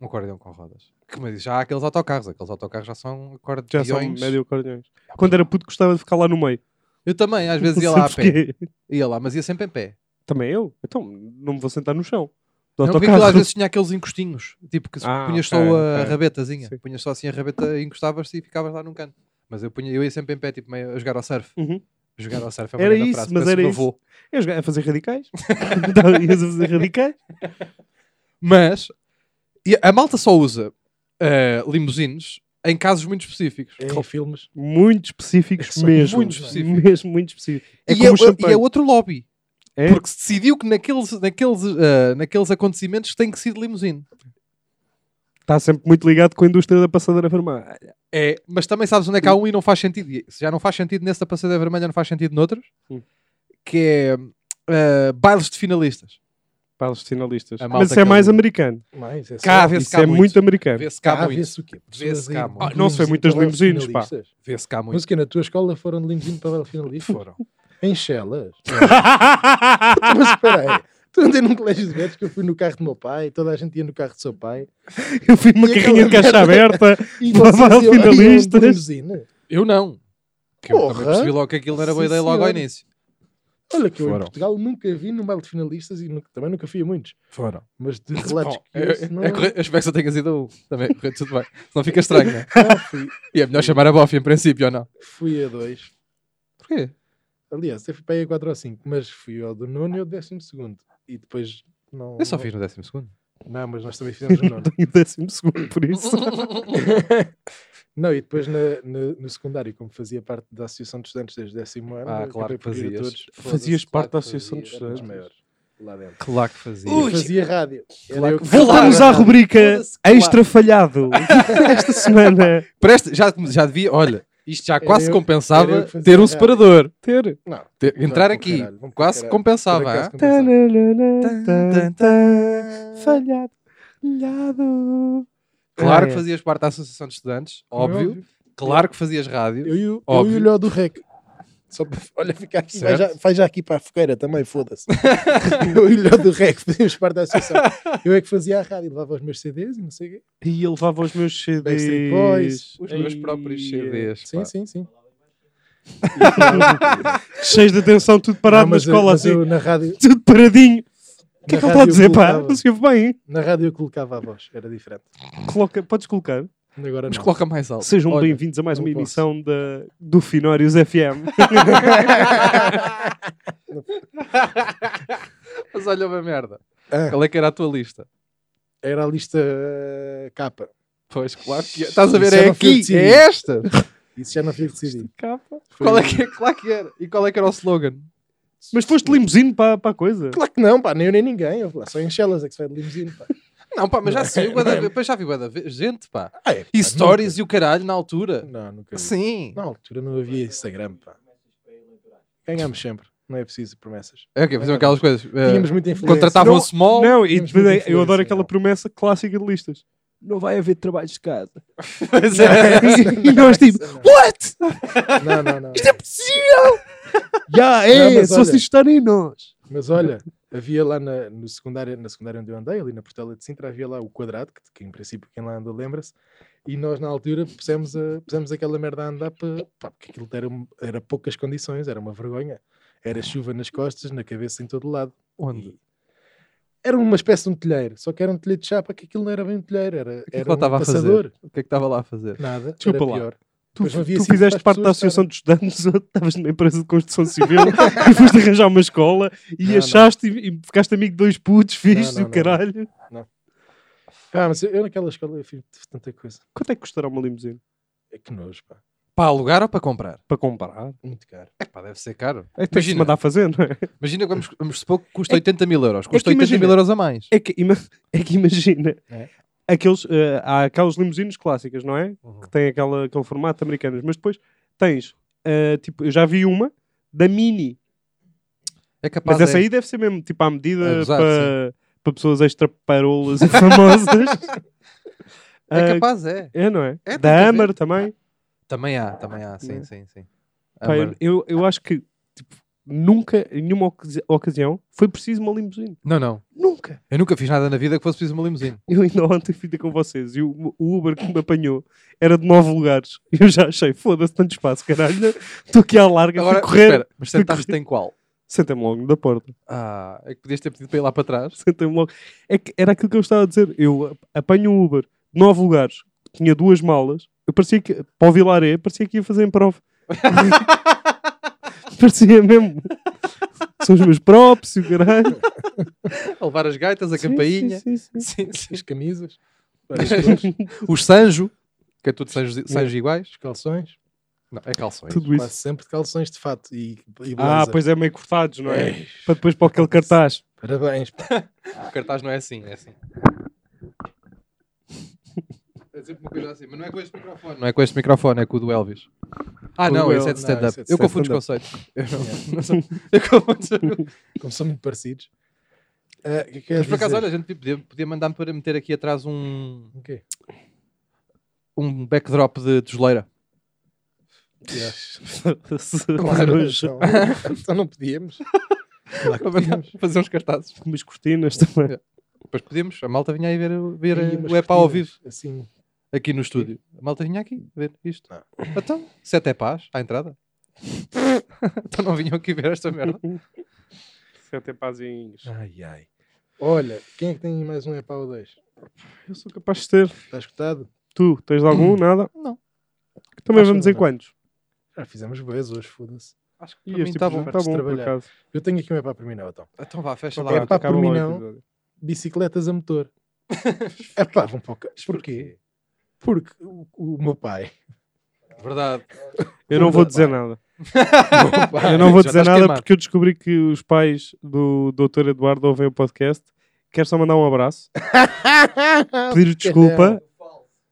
Speaker 2: um acordeão com rodas. Que, mas já há aqueles autocarros, aqueles autocarros já são
Speaker 3: Já
Speaker 2: acordeões.
Speaker 3: são médio acordeões. Quando era puto, gostava de ficar lá no meio.
Speaker 2: Eu também, às vezes ia
Speaker 3: Não
Speaker 2: lá a
Speaker 3: sei
Speaker 2: pé,
Speaker 3: porquê.
Speaker 2: ia lá, mas ia sempre em pé.
Speaker 3: Também eu. Então, não me vou sentar no chão. Do
Speaker 2: Não, porque aquilo
Speaker 3: autocarro.
Speaker 2: às vezes tinha aqueles encostinhos, tipo que se
Speaker 3: Ah,
Speaker 2: punhas
Speaker 3: ok,
Speaker 2: só a
Speaker 3: ok.
Speaker 2: rabetazinha,
Speaker 3: Sim.
Speaker 2: punhas só assim a rabeta, encostavas-se e ficavas lá num canto. Mas eu, punha, eu ia sempre em pé, tipo meio a jogar ao surf.
Speaker 3: Uhum.
Speaker 2: Jogar ao surf é uma
Speaker 3: Era
Speaker 2: grande
Speaker 3: isso,
Speaker 2: frase,
Speaker 3: mas
Speaker 2: parece
Speaker 3: era
Speaker 2: o meu
Speaker 3: isso.
Speaker 2: avô.
Speaker 3: Eu jogava a fazer radicais. Então, Ias a fazer radicais.
Speaker 2: Mas e a malta só usa eh, limusines Em casos muito específicos.
Speaker 1: É Em filmes.
Speaker 3: Muito específicos
Speaker 1: São
Speaker 3: mesmo.
Speaker 1: muito
Speaker 2: específicos.
Speaker 3: Mesmo, muito específicos. É
Speaker 2: e,
Speaker 3: como o
Speaker 2: é, e é
Speaker 3: champanhe.
Speaker 2: outro lobby.
Speaker 3: É?
Speaker 2: Porque se decidiu que naqueles, naqueles, ah, naqueles acontecimentos tem que ser de limusine.
Speaker 3: Está sempre muito ligado com a indústria da passadeira vermelha.
Speaker 2: É, mas também sabes onde é que há um e não faz sentido. E Se já não faz sentido nesse da passadeira vermelha, não faz sentido noutros.
Speaker 3: Hum.
Speaker 2: Que é ah, bailes de finalistas.
Speaker 3: Para os finalistas.
Speaker 2: A malta
Speaker 3: Mas isso é
Speaker 2: que
Speaker 3: mais
Speaker 2: é o-
Speaker 3: americano.
Speaker 1: Mais, é só-
Speaker 2: Cá, vê-se
Speaker 3: Isso
Speaker 2: cá
Speaker 3: é
Speaker 2: muito.
Speaker 3: muito americano.
Speaker 2: Vê-se cá
Speaker 1: Ah,
Speaker 2: muito.
Speaker 1: vê-se o quê?
Speaker 2: Vê-se
Speaker 1: Pessoas
Speaker 2: cá
Speaker 1: aí de
Speaker 2: muito.
Speaker 3: Ah, não se vê
Speaker 1: limusine
Speaker 3: muitas
Speaker 1: para bailes
Speaker 3: limusines, pá.
Speaker 1: finalistas.
Speaker 2: Vê-se cá muito.
Speaker 1: Mas o quê? Na tua escola foram de limusine para bailes finalistas?
Speaker 2: Foram.
Speaker 1: Em Chelas? Mas espera aí. Tu andei num colégio de velhos que eu fui no carro do meu pai, toda a gente ia no carro do seu pai.
Speaker 3: Eu vi uma
Speaker 1: E
Speaker 3: carrinha de
Speaker 1: aquela
Speaker 3: caixa
Speaker 1: merda?
Speaker 3: aberta.
Speaker 1: E
Speaker 3: Para
Speaker 1: vocês
Speaker 3: bailes
Speaker 1: iam- iam de
Speaker 3: finalistas?
Speaker 1: limusine?
Speaker 2: Eu não. Que eu também
Speaker 1: Porra.
Speaker 2: percebi logo que aquilo não era boa
Speaker 1: Sim,
Speaker 2: ideia logo ao
Speaker 1: senhor.
Speaker 2: início.
Speaker 1: Olha que eu em
Speaker 2: Foram.
Speaker 1: Portugal nunca vi num baile de finalistas e nunca- também nunca fui a muitos.
Speaker 2: Foram.
Speaker 1: Mas de relatos
Speaker 2: Bom,
Speaker 1: que
Speaker 2: é,
Speaker 1: ouço, não,
Speaker 2: é corre- eu espero que só tenhas ido a um. Também correu tudo bem. Senão fica estranho, né?
Speaker 1: não fui,
Speaker 2: E é melhor chamar a bofe em princípio, ou não?
Speaker 1: fui a dois.
Speaker 2: Porquê?
Speaker 1: Aliás, eu fui para aí a 4 ou 5, mas fui ao do nono e ao décimo segundo. E depois não.
Speaker 2: Eu só fiz no décimo segundo.
Speaker 1: Não, mas nós também fizemos o nono.
Speaker 3: Tenho décimo segundo por isso.
Speaker 1: Não, e depois na- na- no secundário, como fazia parte da Associação de Estudantes desde o décimo ano,
Speaker 2: Ah, claro
Speaker 1: acabei
Speaker 2: que
Speaker 1: por ir a
Speaker 2: fazias.
Speaker 1: todos.
Speaker 3: Fazias parte da Associação
Speaker 1: Foda-se,
Speaker 3: dos
Speaker 1: era das
Speaker 3: Estudantes.
Speaker 1: maiores, Lá dentro.
Speaker 2: Claro que fazia.
Speaker 1: E fazia rádio. Era
Speaker 2: Claro
Speaker 1: eu
Speaker 2: que-
Speaker 1: que
Speaker 3: Voltamos à
Speaker 1: fazia rádio.
Speaker 3: rubrica
Speaker 2: Foda-se, claro.
Speaker 3: extra falhado esta semana.
Speaker 2: Presta, já, já devia, olha, isto já
Speaker 1: Era
Speaker 2: quase
Speaker 1: eu- era eu
Speaker 2: compensava
Speaker 1: que fazia
Speaker 2: ter um
Speaker 1: errado.
Speaker 2: separador.
Speaker 3: Ter.
Speaker 1: Não,
Speaker 2: Ter- entrar
Speaker 1: com
Speaker 2: aqui,
Speaker 1: caralho, vão com
Speaker 2: quase
Speaker 1: caralho. por
Speaker 2: compensava.
Speaker 1: acaso
Speaker 2: hein?
Speaker 1: compensava.
Speaker 3: Falhado. Falhado.
Speaker 2: Claro
Speaker 3: Ah,
Speaker 2: que
Speaker 3: é.
Speaker 2: fazias parte da Associação de Estudantes,
Speaker 1: Como é
Speaker 2: óbvio. Claro que fazias rádio.
Speaker 1: Eu e o, eu
Speaker 2: Óbvio.
Speaker 1: e o Ló do Rec. Só para, olha, fica aqui, vai já,
Speaker 2: Certo.
Speaker 1: vai já aqui para a fogueira também, foda-se. eu e o Ló do Rec fazíamos parte da associação. Eu é que fazia a rádio, levava os meus CDs e não sei o quê.
Speaker 3: E eu levava os meus
Speaker 1: Backstreet
Speaker 3: CDs.
Speaker 1: Boys,
Speaker 2: Os meus próprios CDs.
Speaker 1: Sim,
Speaker 2: pá.
Speaker 1: sim, sim.
Speaker 3: Cheios de atenção, tudo
Speaker 1: Não,
Speaker 3: parado na
Speaker 1: mas eu-
Speaker 3: escola,
Speaker 1: mas
Speaker 3: assim.
Speaker 1: eu na rádio,
Speaker 3: Tudo paradinho. O que é
Speaker 1: Na
Speaker 3: que ele está a
Speaker 1: rádio
Speaker 3: dizer, pá?
Speaker 1: colocava.
Speaker 3: Não se ouve bem.
Speaker 1: na rádio eu colocava a voz, era diferente.
Speaker 3: Coloca, podes colocar.
Speaker 1: Agora
Speaker 2: Mas
Speaker 1: não. um
Speaker 2: coloca mais alto.
Speaker 3: Sejam
Speaker 2: Olha,
Speaker 3: bem-vindos a mais
Speaker 1: não
Speaker 3: uma
Speaker 1: posso.
Speaker 3: emissão da, do Finórios FM.
Speaker 2: Mas olha uma merda.
Speaker 1: Ah.
Speaker 2: Qual é que era a tua lista?
Speaker 1: Era a lista eh, capa.
Speaker 2: Pois, claro que Estás a ver,
Speaker 1: Isso
Speaker 2: é
Speaker 1: era
Speaker 2: aqui,
Speaker 1: filtro.
Speaker 2: é esta.
Speaker 1: Isso já não fui decidido.
Speaker 3: Capa.
Speaker 1: Foi-
Speaker 2: Qual é que é? Claro que era. E qual é que era o slogan?
Speaker 3: Mas foste de limusine para, para a coisa.
Speaker 1: Claro que não, pá, nem eu nem ninguém. Eu, lá, só em Chelas é que se vai de limusine, pá.
Speaker 2: Não, pá, mas já se viu, bué da vez- depois já vi bué da vez. gente, pá.
Speaker 1: Ah, é,
Speaker 2: E
Speaker 1: pá,
Speaker 2: stories Assim. e o caralho na altura.
Speaker 1: nunca- Não, nunca vi.
Speaker 2: Sim.
Speaker 1: Na altura não havia Instagram, pá. Ganhámos sempre. Não é preciso promessas.
Speaker 2: É o quê? Faziam aquelas coisas. eh,
Speaker 1: Tínhamos muita influência.
Speaker 2: Contratavam o small.
Speaker 3: Não,
Speaker 1: Oh,
Speaker 3: e
Speaker 1: Temos muita
Speaker 3: depois, é, eu adoro
Speaker 1: influência,
Speaker 3: aquela
Speaker 1: não.
Speaker 3: promessa clássica de listas. Não vai haver trabalhos de casa.
Speaker 2: Pois é.
Speaker 3: e nós tipo, what?
Speaker 1: Não, não, não.
Speaker 3: Isto é possível? Já
Speaker 1: Não,
Speaker 3: é,
Speaker 1: mas
Speaker 3: só
Speaker 1: olha-
Speaker 3: se estarem nós.
Speaker 1: Mas olha, havia lá na, no secundário, na secundária onde eu andei, ali na Portela de Sintra, havia lá o quadrado, que, que em princípio quem lá andou lembra-se. E nós na altura pusemos, a, pusemos aquela merda a andar para. pá, Porque aquilo era, um- era poucas condições, era uma vergonha. Era chuva nas costas, na cabeça, em todo lado.
Speaker 2: Onde?
Speaker 1: Era uma espécie de um telheiro, só que era um telheiro de chapa, que aquilo não era bem um telheiro, era,
Speaker 2: que é que
Speaker 1: era
Speaker 2: lá
Speaker 1: um
Speaker 2: estava a fazer?
Speaker 1: passador.
Speaker 2: O que é que estava lá a fazer?
Speaker 1: Nada,
Speaker 3: Desculpa
Speaker 1: era
Speaker 3: lá.
Speaker 1: pior.
Speaker 3: Tu, assim
Speaker 1: Pois não havia
Speaker 3: tu
Speaker 1: sítio para
Speaker 3: fizeste
Speaker 1: as
Speaker 3: parte da
Speaker 1: pessoas
Speaker 3: Associação dos Estudantes, ou estavas numa empresa de construção civil e foste arranjar uma escola e
Speaker 1: Não, não.
Speaker 3: achaste E, e ficaste amigo de dois putos, fixe
Speaker 1: Não,
Speaker 3: e
Speaker 1: não,
Speaker 3: o
Speaker 1: não.
Speaker 3: caralho.
Speaker 1: Ah, mas eu, eu naquela escola eu fiz tanta coisa.
Speaker 3: Quanto é que custará uma limusine?
Speaker 1: É que nojo, pá.
Speaker 2: Para alugar ou para comprar?
Speaker 3: Para comprar?
Speaker 1: Muito caro.
Speaker 2: É pá, deve ser caro.
Speaker 3: É que tens de se
Speaker 2: Imagina.
Speaker 3: mandar fazer, não é?
Speaker 2: Imagina que vamos, vamos supor que custa 80 mil euros. Custa
Speaker 3: é que
Speaker 2: 80 mil
Speaker 3: imagina.
Speaker 2: euros a mais.
Speaker 3: É que, ima- é que imagina.
Speaker 1: É.
Speaker 3: Aqueles, eh, há aquelas limusines clássicas, não é? que tem aquela, aquele formato americano, mas depois tens, ah, tipo, eu já vi uma da Mini,
Speaker 2: É capaz
Speaker 3: mas essa
Speaker 2: é.
Speaker 3: aí deve ser mesmo tipo à medida
Speaker 2: É, exato,
Speaker 3: para, para pessoas extra parolas e famosas.
Speaker 2: É
Speaker 3: Ah,
Speaker 2: capaz, é.
Speaker 3: é, não é?
Speaker 2: É, tem que
Speaker 3: da
Speaker 2: haver.
Speaker 3: Hammer também.
Speaker 2: Também há, também há, sim,
Speaker 3: Não é?
Speaker 2: sim, sim.
Speaker 3: Pá, eu-
Speaker 2: Amar-
Speaker 3: eu, eu acho que tipo, nunca, em nenhuma ocasi- ocasião, foi preciso uma limusine.
Speaker 2: Não, não.
Speaker 3: Nunca.
Speaker 2: Eu nunca fiz nada na vida que fosse preciso uma limusine.
Speaker 3: Eu ainda ontem fui ter com vocês e o, o Uber que me apanhou era de nove lugares. Eu já achei, foda-se, tanto espaço, caralho. né? Estou aqui à larga,
Speaker 2: Agora,
Speaker 3: fui correr.
Speaker 2: espera, mas
Speaker 3: fui
Speaker 2: sentaste
Speaker 3: correr.
Speaker 2: em qual?
Speaker 3: Senta-me logo da porta.
Speaker 2: Ah, é que podias ter pedido para ir lá para trás.
Speaker 3: Sentei-me logo. É que era aquilo que eu estava a dizer. Eu ap- apanho um Uber de nove lugares, tinha duas malas. Eu parecia que, para o Vilaré, parecia que ia fazer em prova. parecia mesmo. São os meus próprios, o caralho.
Speaker 2: A levar as gaitas, a campainha.
Speaker 3: Sim, sim, sim,
Speaker 2: Sim,
Speaker 3: sim.
Speaker 2: sim.
Speaker 1: As camisas. várias cores.
Speaker 2: Os Sanjo. Que é tudo saios saios iguais?
Speaker 1: Os calções.
Speaker 2: Não, é calções.
Speaker 3: Tudo
Speaker 1: Quase
Speaker 3: isso.
Speaker 1: sempre de calções de fato e, e
Speaker 3: Ah,
Speaker 1: blazer.
Speaker 3: pois é meio cortados, não é?
Speaker 1: Ei,
Speaker 3: Para depois para aquele cartaz.
Speaker 1: Parabéns. pá.
Speaker 2: O cartaz não é assim, é assim. É sempre uma coisa assim, mas não é com este microfone. Não é com este microfone, é com o do Elvis. Ah,
Speaker 3: Com o
Speaker 2: não,
Speaker 3: do
Speaker 2: esse é de
Speaker 1: Elvis. Não,
Speaker 2: stand-up.
Speaker 1: esse é de É.
Speaker 2: eu confundo os conceitos. Eu, não, não sou- eu confundo.
Speaker 1: Como são muito parecidos. Ah, o que é que eu ia
Speaker 2: Mas por acaso,
Speaker 1: dizer?
Speaker 2: olha, a gente podia, podia mandar para meter aqui atrás um,
Speaker 1: O quê?
Speaker 2: um backdrop de, de geleira.
Speaker 1: Yeah.
Speaker 3: Claro.
Speaker 1: então, então não podíamos. Claro que
Speaker 2: Para mandar-
Speaker 1: podíamos.
Speaker 2: fazer uns cartazes.
Speaker 3: Umas cortinas também.
Speaker 2: Depois podíamos, a malta vinha aí ver, ver eh,
Speaker 1: Aí, umas
Speaker 2: É, o EPA ao vivo,
Speaker 1: cortinas, Assim,
Speaker 2: aqui no estúdio. A malta vinha aqui ver isto.
Speaker 1: Não.
Speaker 2: Então, sete é paz, à entrada. então não vinham aqui ver esta merda.
Speaker 3: Sete pazinhos.
Speaker 1: Ai, ai. Olha, quem é que tem mais um epá ou dois?
Speaker 3: Eu sou capaz de ter.
Speaker 1: Está escutado?
Speaker 3: Tu, tens de algum? Nada?
Speaker 2: Não.
Speaker 3: Também
Speaker 1: Acho
Speaker 3: vamos
Speaker 1: que
Speaker 3: em
Speaker 1: não.
Speaker 3: quantos?
Speaker 1: Já fizemos boas hoje, foda-se.
Speaker 2: Acho que
Speaker 3: E
Speaker 2: para mim
Speaker 3: este
Speaker 2: está bom.
Speaker 3: episódio está bom, por
Speaker 1: Trabalhar.
Speaker 3: acaso.
Speaker 1: Eu tenho aqui um epá para mim, não, então.
Speaker 2: Então vá, fecha
Speaker 1: É
Speaker 2: lá.
Speaker 1: pá,
Speaker 3: acaba
Speaker 1: por mim
Speaker 3: lá o
Speaker 1: não.
Speaker 3: episódio.
Speaker 1: Bicicletas a motor. epá, vão para o ca- Porquê? Porque o, o meu pai.
Speaker 2: Verdade.
Speaker 3: Eu não vou
Speaker 1: Vai.
Speaker 3: dizer nada.
Speaker 1: o meu pai-
Speaker 3: Eu não vou
Speaker 2: já
Speaker 3: dizer
Speaker 2: estás
Speaker 3: nada
Speaker 2: queimado.
Speaker 3: porque eu descobri que os pais do Dr. Eduardo ouvem o podcast. Quero só mandar um abraço, pedir desculpa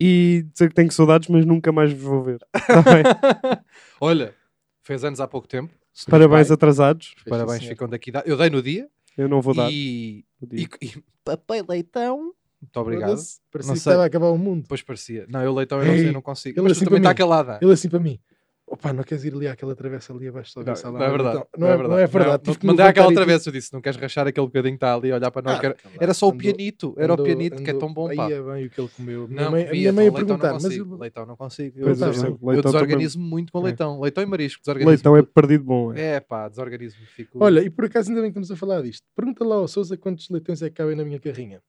Speaker 3: e dizer que tenho saudades, mas nunca mais vos vou ver. Tá bem?
Speaker 2: Olha, fez anos há pouco tempo.
Speaker 3: Parabéns
Speaker 2: pai.
Speaker 3: atrasados.
Speaker 1: Fez,
Speaker 2: Parabéns,
Speaker 1: sim, senhor.
Speaker 2: ficam daqui. da- Eu dei no dia.
Speaker 3: Eu não vou dar.
Speaker 2: E,
Speaker 3: o dia.
Speaker 2: e, e papel leitão. Muito obrigado.
Speaker 1: Foda-se, Parecia
Speaker 2: Não
Speaker 1: assim que
Speaker 2: sei.
Speaker 1: estava a acabar o mundo.
Speaker 2: Depois parecia. Não, eu leitão eu não
Speaker 1: Ei,
Speaker 2: sei, eu não consigo.
Speaker 1: ele
Speaker 2: Mas
Speaker 1: assim
Speaker 2: tu também
Speaker 1: para
Speaker 2: está
Speaker 1: mim.
Speaker 2: calada.
Speaker 1: Ele assim para mim. Opa, não queres ir ali àquela travessa ali abaixo da
Speaker 2: Não,
Speaker 1: salada?
Speaker 2: não é verdade.
Speaker 1: Então, não, é
Speaker 2: verdade.
Speaker 1: não é verdade.
Speaker 2: Não,
Speaker 1: Tive
Speaker 2: não
Speaker 1: que
Speaker 2: te
Speaker 1: me
Speaker 2: mandei
Speaker 1: levantar
Speaker 2: aquela
Speaker 1: e
Speaker 2: travessa, eu disse: não queres rachar aquele bocadinho que está ali, olhar para nós.
Speaker 1: Ah,
Speaker 2: quero-
Speaker 1: tá lá.
Speaker 2: Era só o
Speaker 1: Andou-
Speaker 2: pianito, era o
Speaker 1: andou-
Speaker 2: pianito que é
Speaker 1: andou-
Speaker 2: tão bom,
Speaker 1: Aí
Speaker 2: pá.
Speaker 1: é bem o que ele comeu. Minha
Speaker 2: Não,
Speaker 1: mãe, a
Speaker 2: comia,
Speaker 1: minha mãe a
Speaker 2: então leitão não
Speaker 1: perguntar, mas
Speaker 2: consigo,
Speaker 1: eu-
Speaker 2: Leitão não consigo. Eu,
Speaker 3: Pois
Speaker 1: eu
Speaker 3: é,
Speaker 1: percebo.
Speaker 3: leitão
Speaker 2: eu
Speaker 3: também-
Speaker 2: desorganizo-me muito com
Speaker 3: É.
Speaker 2: leitão. Leitão e marisco, desorganizo.
Speaker 3: Leitão é perdido bom. É.
Speaker 2: É pá, desorganismo. Fico...
Speaker 1: olha, e por acaso ainda bem que estamos a falar disto. Pergunta lá ao Sousa quantos leitões é que cabem na minha carrinha.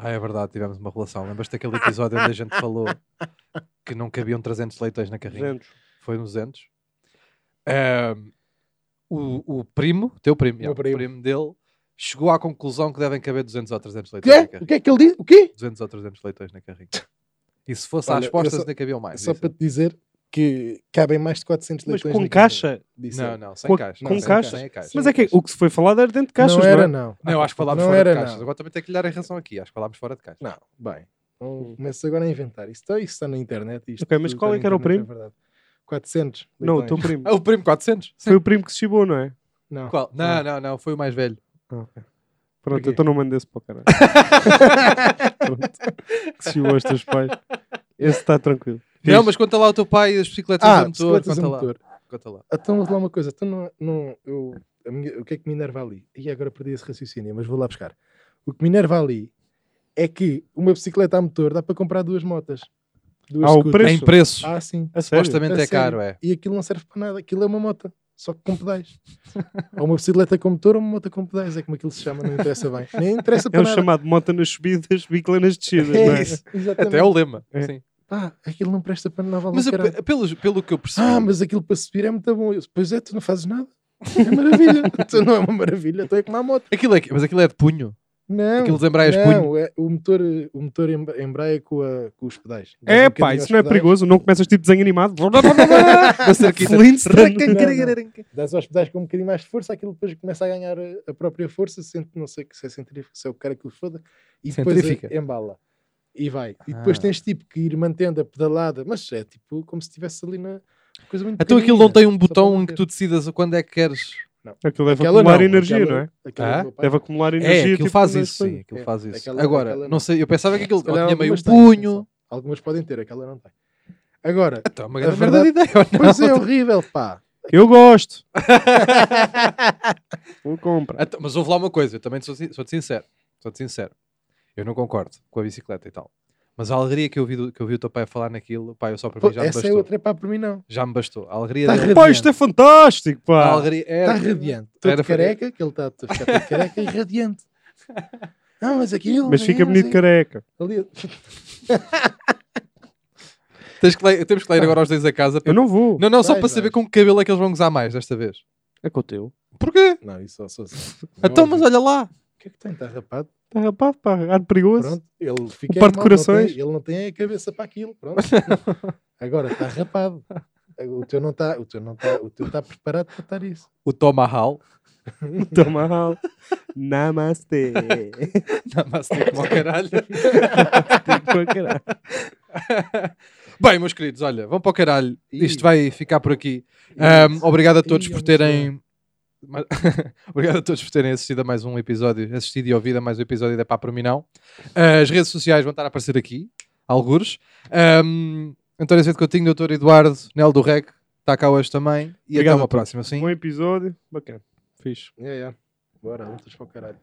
Speaker 2: Ah, é verdade, tivemos uma relação. Lembras-te daquele episódio onde a gente falou que não cabiam 300 leitões na carrinha?
Speaker 3: Gente,
Speaker 2: Foi nos 200. Ahm, o, o primo, teu primo,
Speaker 1: Meu
Speaker 2: é, o
Speaker 1: primo.
Speaker 2: primo. dele, chegou à conclusão que devem caber 200 ou 300
Speaker 1: O que
Speaker 2: leitões na
Speaker 1: é? O
Speaker 2: carrinha.
Speaker 1: que é que ele diz? O quê?
Speaker 2: 200 ou 300 leitões na carrinha. E se fosse
Speaker 1: Olha,
Speaker 2: às
Speaker 1: eu
Speaker 2: postas,
Speaker 1: só-
Speaker 2: ainda cabiam mais.
Speaker 1: Só
Speaker 2: disse
Speaker 1: para te dizer que cabem mais de 400
Speaker 3: Mas
Speaker 1: leitões.
Speaker 3: com
Speaker 1: na
Speaker 3: caixa.
Speaker 1: carrinha, disse
Speaker 2: Não,
Speaker 1: ele.
Speaker 2: não, sem
Speaker 3: Com-
Speaker 2: caixa.
Speaker 1: com
Speaker 2: Não, sem
Speaker 1: caixa?
Speaker 2: Sem caixa.
Speaker 3: Mas é que o que se foi falado era dentro de caixas,
Speaker 1: Não
Speaker 3: não,
Speaker 1: era,
Speaker 3: é?
Speaker 1: não.
Speaker 2: Não, acho que falámos
Speaker 1: Não
Speaker 2: fora
Speaker 1: era,
Speaker 2: de caixas.
Speaker 1: não.
Speaker 2: Agora também tenho que lhe dar a razão aqui. Acho que falámos fora de caixas.
Speaker 1: Não, bem. Não começas agora a inventar. Isso está, isso está na internet. Isto
Speaker 3: Hum. Ok, mas
Speaker 1: tudo
Speaker 3: qual
Speaker 1: está
Speaker 3: é
Speaker 1: na
Speaker 3: que era o
Speaker 1: internet,
Speaker 3: primo?
Speaker 1: é verdade. 400.
Speaker 3: Não, o
Speaker 1: leitões.
Speaker 3: teu primo.
Speaker 2: Ah, o primo 400?
Speaker 3: Foi o primo que se chibou, não é?
Speaker 1: Não.
Speaker 2: Qual? Não, não, não. Foi o mais velho.
Speaker 3: Ah, ok.
Speaker 1: Porquê?
Speaker 3: Pronto, então não mando esse para o caralho. Pronto. Que se chegou aos teus pais. Esse está tranquilo.
Speaker 2: Não, mas conta lá o teu pai e as bicicletas a
Speaker 1: Ah,
Speaker 2: motor.
Speaker 1: bicicletas a
Speaker 2: Conta lá.
Speaker 1: motor.
Speaker 2: Conta lá.
Speaker 1: Então vou falar uma coisa. Então não, não, eu, a minha- o que é que me enerva ali? E agora perdi esse raciocínio, mas vou lá buscar. O que me enerva ali é que uma bicicleta a motor dá para comprar duas motas. Duas
Speaker 3: Ah, o
Speaker 1: scooters.
Speaker 3: Preço.
Speaker 2: Em preços.
Speaker 1: Ah, sim.
Speaker 3: A sério?
Speaker 2: Supostamente
Speaker 1: A
Speaker 2: é caro, é.
Speaker 1: E aquilo não serve para nada. Aquilo é uma moto. Só que com pedais. ou uma bicicleta com motor ou uma moto com pedais. É como aquilo se chama, não interessa bem. Nem interessa
Speaker 3: É
Speaker 1: para
Speaker 3: o
Speaker 1: nada.
Speaker 3: chamado moto nas subidas, bicla nas descidas, não é?
Speaker 2: isso.
Speaker 1: Exatamente.
Speaker 2: Até é o lema.
Speaker 3: É.
Speaker 2: Sim.
Speaker 1: Pá, aquilo não presta para nada.
Speaker 2: Mas
Speaker 1: Mas
Speaker 2: a- pe- pelos- pelo que eu percebi,
Speaker 1: Ah, mas aquilo para subir é muito bom. Eu, pois é, tu não fazes nada. É maravilha. tu não é uma maravilha, tu é como a moto.
Speaker 2: aquilo é, que- mas aquilo é de punho.
Speaker 1: Não,
Speaker 2: Aquilo desembraias punho.
Speaker 1: não é, o motor, o motor em- embraia com, a- com os pedais. Dás um
Speaker 3: É pá,
Speaker 1: bocadinho aos
Speaker 3: isso não é
Speaker 1: pedais,
Speaker 3: perigoso, não começas tipo desenho animado.
Speaker 2: Da cerquita. é
Speaker 3: Flintstone.
Speaker 1: Dás aos pedais com um bocadinho mais de força, aquilo depois começa a ganhar eh, a, a própria força, sente, não sei que- se é centrífugo, se é o cara que o foda, e depois
Speaker 2: Centrífica.
Speaker 1: eh, embala. E vai. E depois
Speaker 2: Ah.
Speaker 1: tens tipo que ir mantendo a pedalada, mas é tipo como se estivesse ali na coisa muito
Speaker 2: Então aquilo não tem um
Speaker 1: pequenina, só para
Speaker 2: botão em que
Speaker 1: manter.
Speaker 2: tu decidas quando é que queres.
Speaker 3: Aquilo deve
Speaker 1: Aquela
Speaker 3: acumular
Speaker 1: não,
Speaker 3: energia,
Speaker 1: aquela-
Speaker 3: não é?
Speaker 1: aquela
Speaker 2: Ah?
Speaker 1: do meu pai.
Speaker 3: Deve acumular
Speaker 2: É,
Speaker 3: energia.
Speaker 2: aquilo
Speaker 3: tipo,
Speaker 2: faz
Speaker 3: nas
Speaker 2: isso,
Speaker 3: coisas.
Speaker 2: sim, aquilo
Speaker 1: É,
Speaker 2: faz isso.
Speaker 1: aquela-
Speaker 2: Agora,
Speaker 1: aquela é,
Speaker 2: não sei, eu pensava que aquilo
Speaker 1: Se calhar
Speaker 2: tinha meio
Speaker 1: algumas
Speaker 2: um
Speaker 1: têm,
Speaker 2: punho.
Speaker 1: atenção. Algumas podem ter, aquela não tem. Agora,
Speaker 2: Então, uma grande
Speaker 1: A
Speaker 2: merda de ideia, ou não?
Speaker 1: pois é horrível, pá.
Speaker 3: Eu gosto. Vou comprar.
Speaker 2: Então, mas houve lá uma coisa, eu também sou, sin- sou-te sincero. Sou-te sincero. Eu não concordo com a bicicleta e tal. Mas a alegria que eu vi, do- que eu vi o teu pai a falar naquilo, pá, eu só para mim já me
Speaker 1: Essa é
Speaker 2: bastou.
Speaker 1: outra, é pá, para mim não.
Speaker 2: Já me bastou. A alegria
Speaker 1: Tá
Speaker 2: dele.
Speaker 1: radiante.
Speaker 3: Pá, isto é fantástico,
Speaker 2: A
Speaker 3: pá.
Speaker 2: alegria é, era-
Speaker 1: Está radiante. Todo
Speaker 2: Era-
Speaker 1: careca, que ele está a ficar todo careca e radiante. Não, mas aquilo.
Speaker 3: Mas
Speaker 1: não
Speaker 3: fica
Speaker 1: é,
Speaker 3: bonito
Speaker 1: não sei.
Speaker 3: careca.
Speaker 1: Ali-
Speaker 2: Tens que lá- temos que lá ir agora aos dois a casa. para-
Speaker 3: Eu não vou.
Speaker 2: Não, não, só
Speaker 1: Vai,
Speaker 2: para
Speaker 1: vai.
Speaker 2: saber com que cabelo é que eles vão usar mais desta vez.
Speaker 3: É com o teu.
Speaker 2: Porquê?
Speaker 1: Não, isso só. só- só-
Speaker 2: Então, mas olha lá.
Speaker 1: O que é que tem? Está rapado?
Speaker 3: Está rapado, pá, ar perigoso.
Speaker 1: Pronto, ele fica
Speaker 3: O Um par de
Speaker 1: mal,
Speaker 3: corações.
Speaker 1: Não tem, ele não tem a cabeça para aquilo. Pronto. Agora está rapado. O teu não está, o teu não está, o teu está preparado para estar isso.
Speaker 2: O Tomahal,
Speaker 3: Toma mal. Namastê. Tipo,
Speaker 2: namaste como ao caralho.
Speaker 3: Pô, caralho.
Speaker 2: Bem, meus queridos, olha, vão para o caralho. Isto
Speaker 1: Ih.
Speaker 2: vai ficar por aqui.
Speaker 3: Um,
Speaker 2: Ahm,
Speaker 1: é
Speaker 2: obrigado a todos
Speaker 1: Ih,
Speaker 2: por
Speaker 1: olha
Speaker 2: terem. Ma- obrigado a todos por terem assistido a mais um episódio, assistido e ouvido a mais um episódio da Pá para mim não. Ah, As redes sociais vão estar a aparecer aqui, algures. Ahm, António Azevedo Coutinho, Doutor Eduardo, Nel do Rec, está cá hoje também. E
Speaker 3: Obrigado
Speaker 2: até
Speaker 3: a
Speaker 2: uma
Speaker 3: todos.
Speaker 2: próxima, sim.
Speaker 3: Bom episódio. Bacana. Fixe.
Speaker 1: É, é. Bora, lutas para o caralho.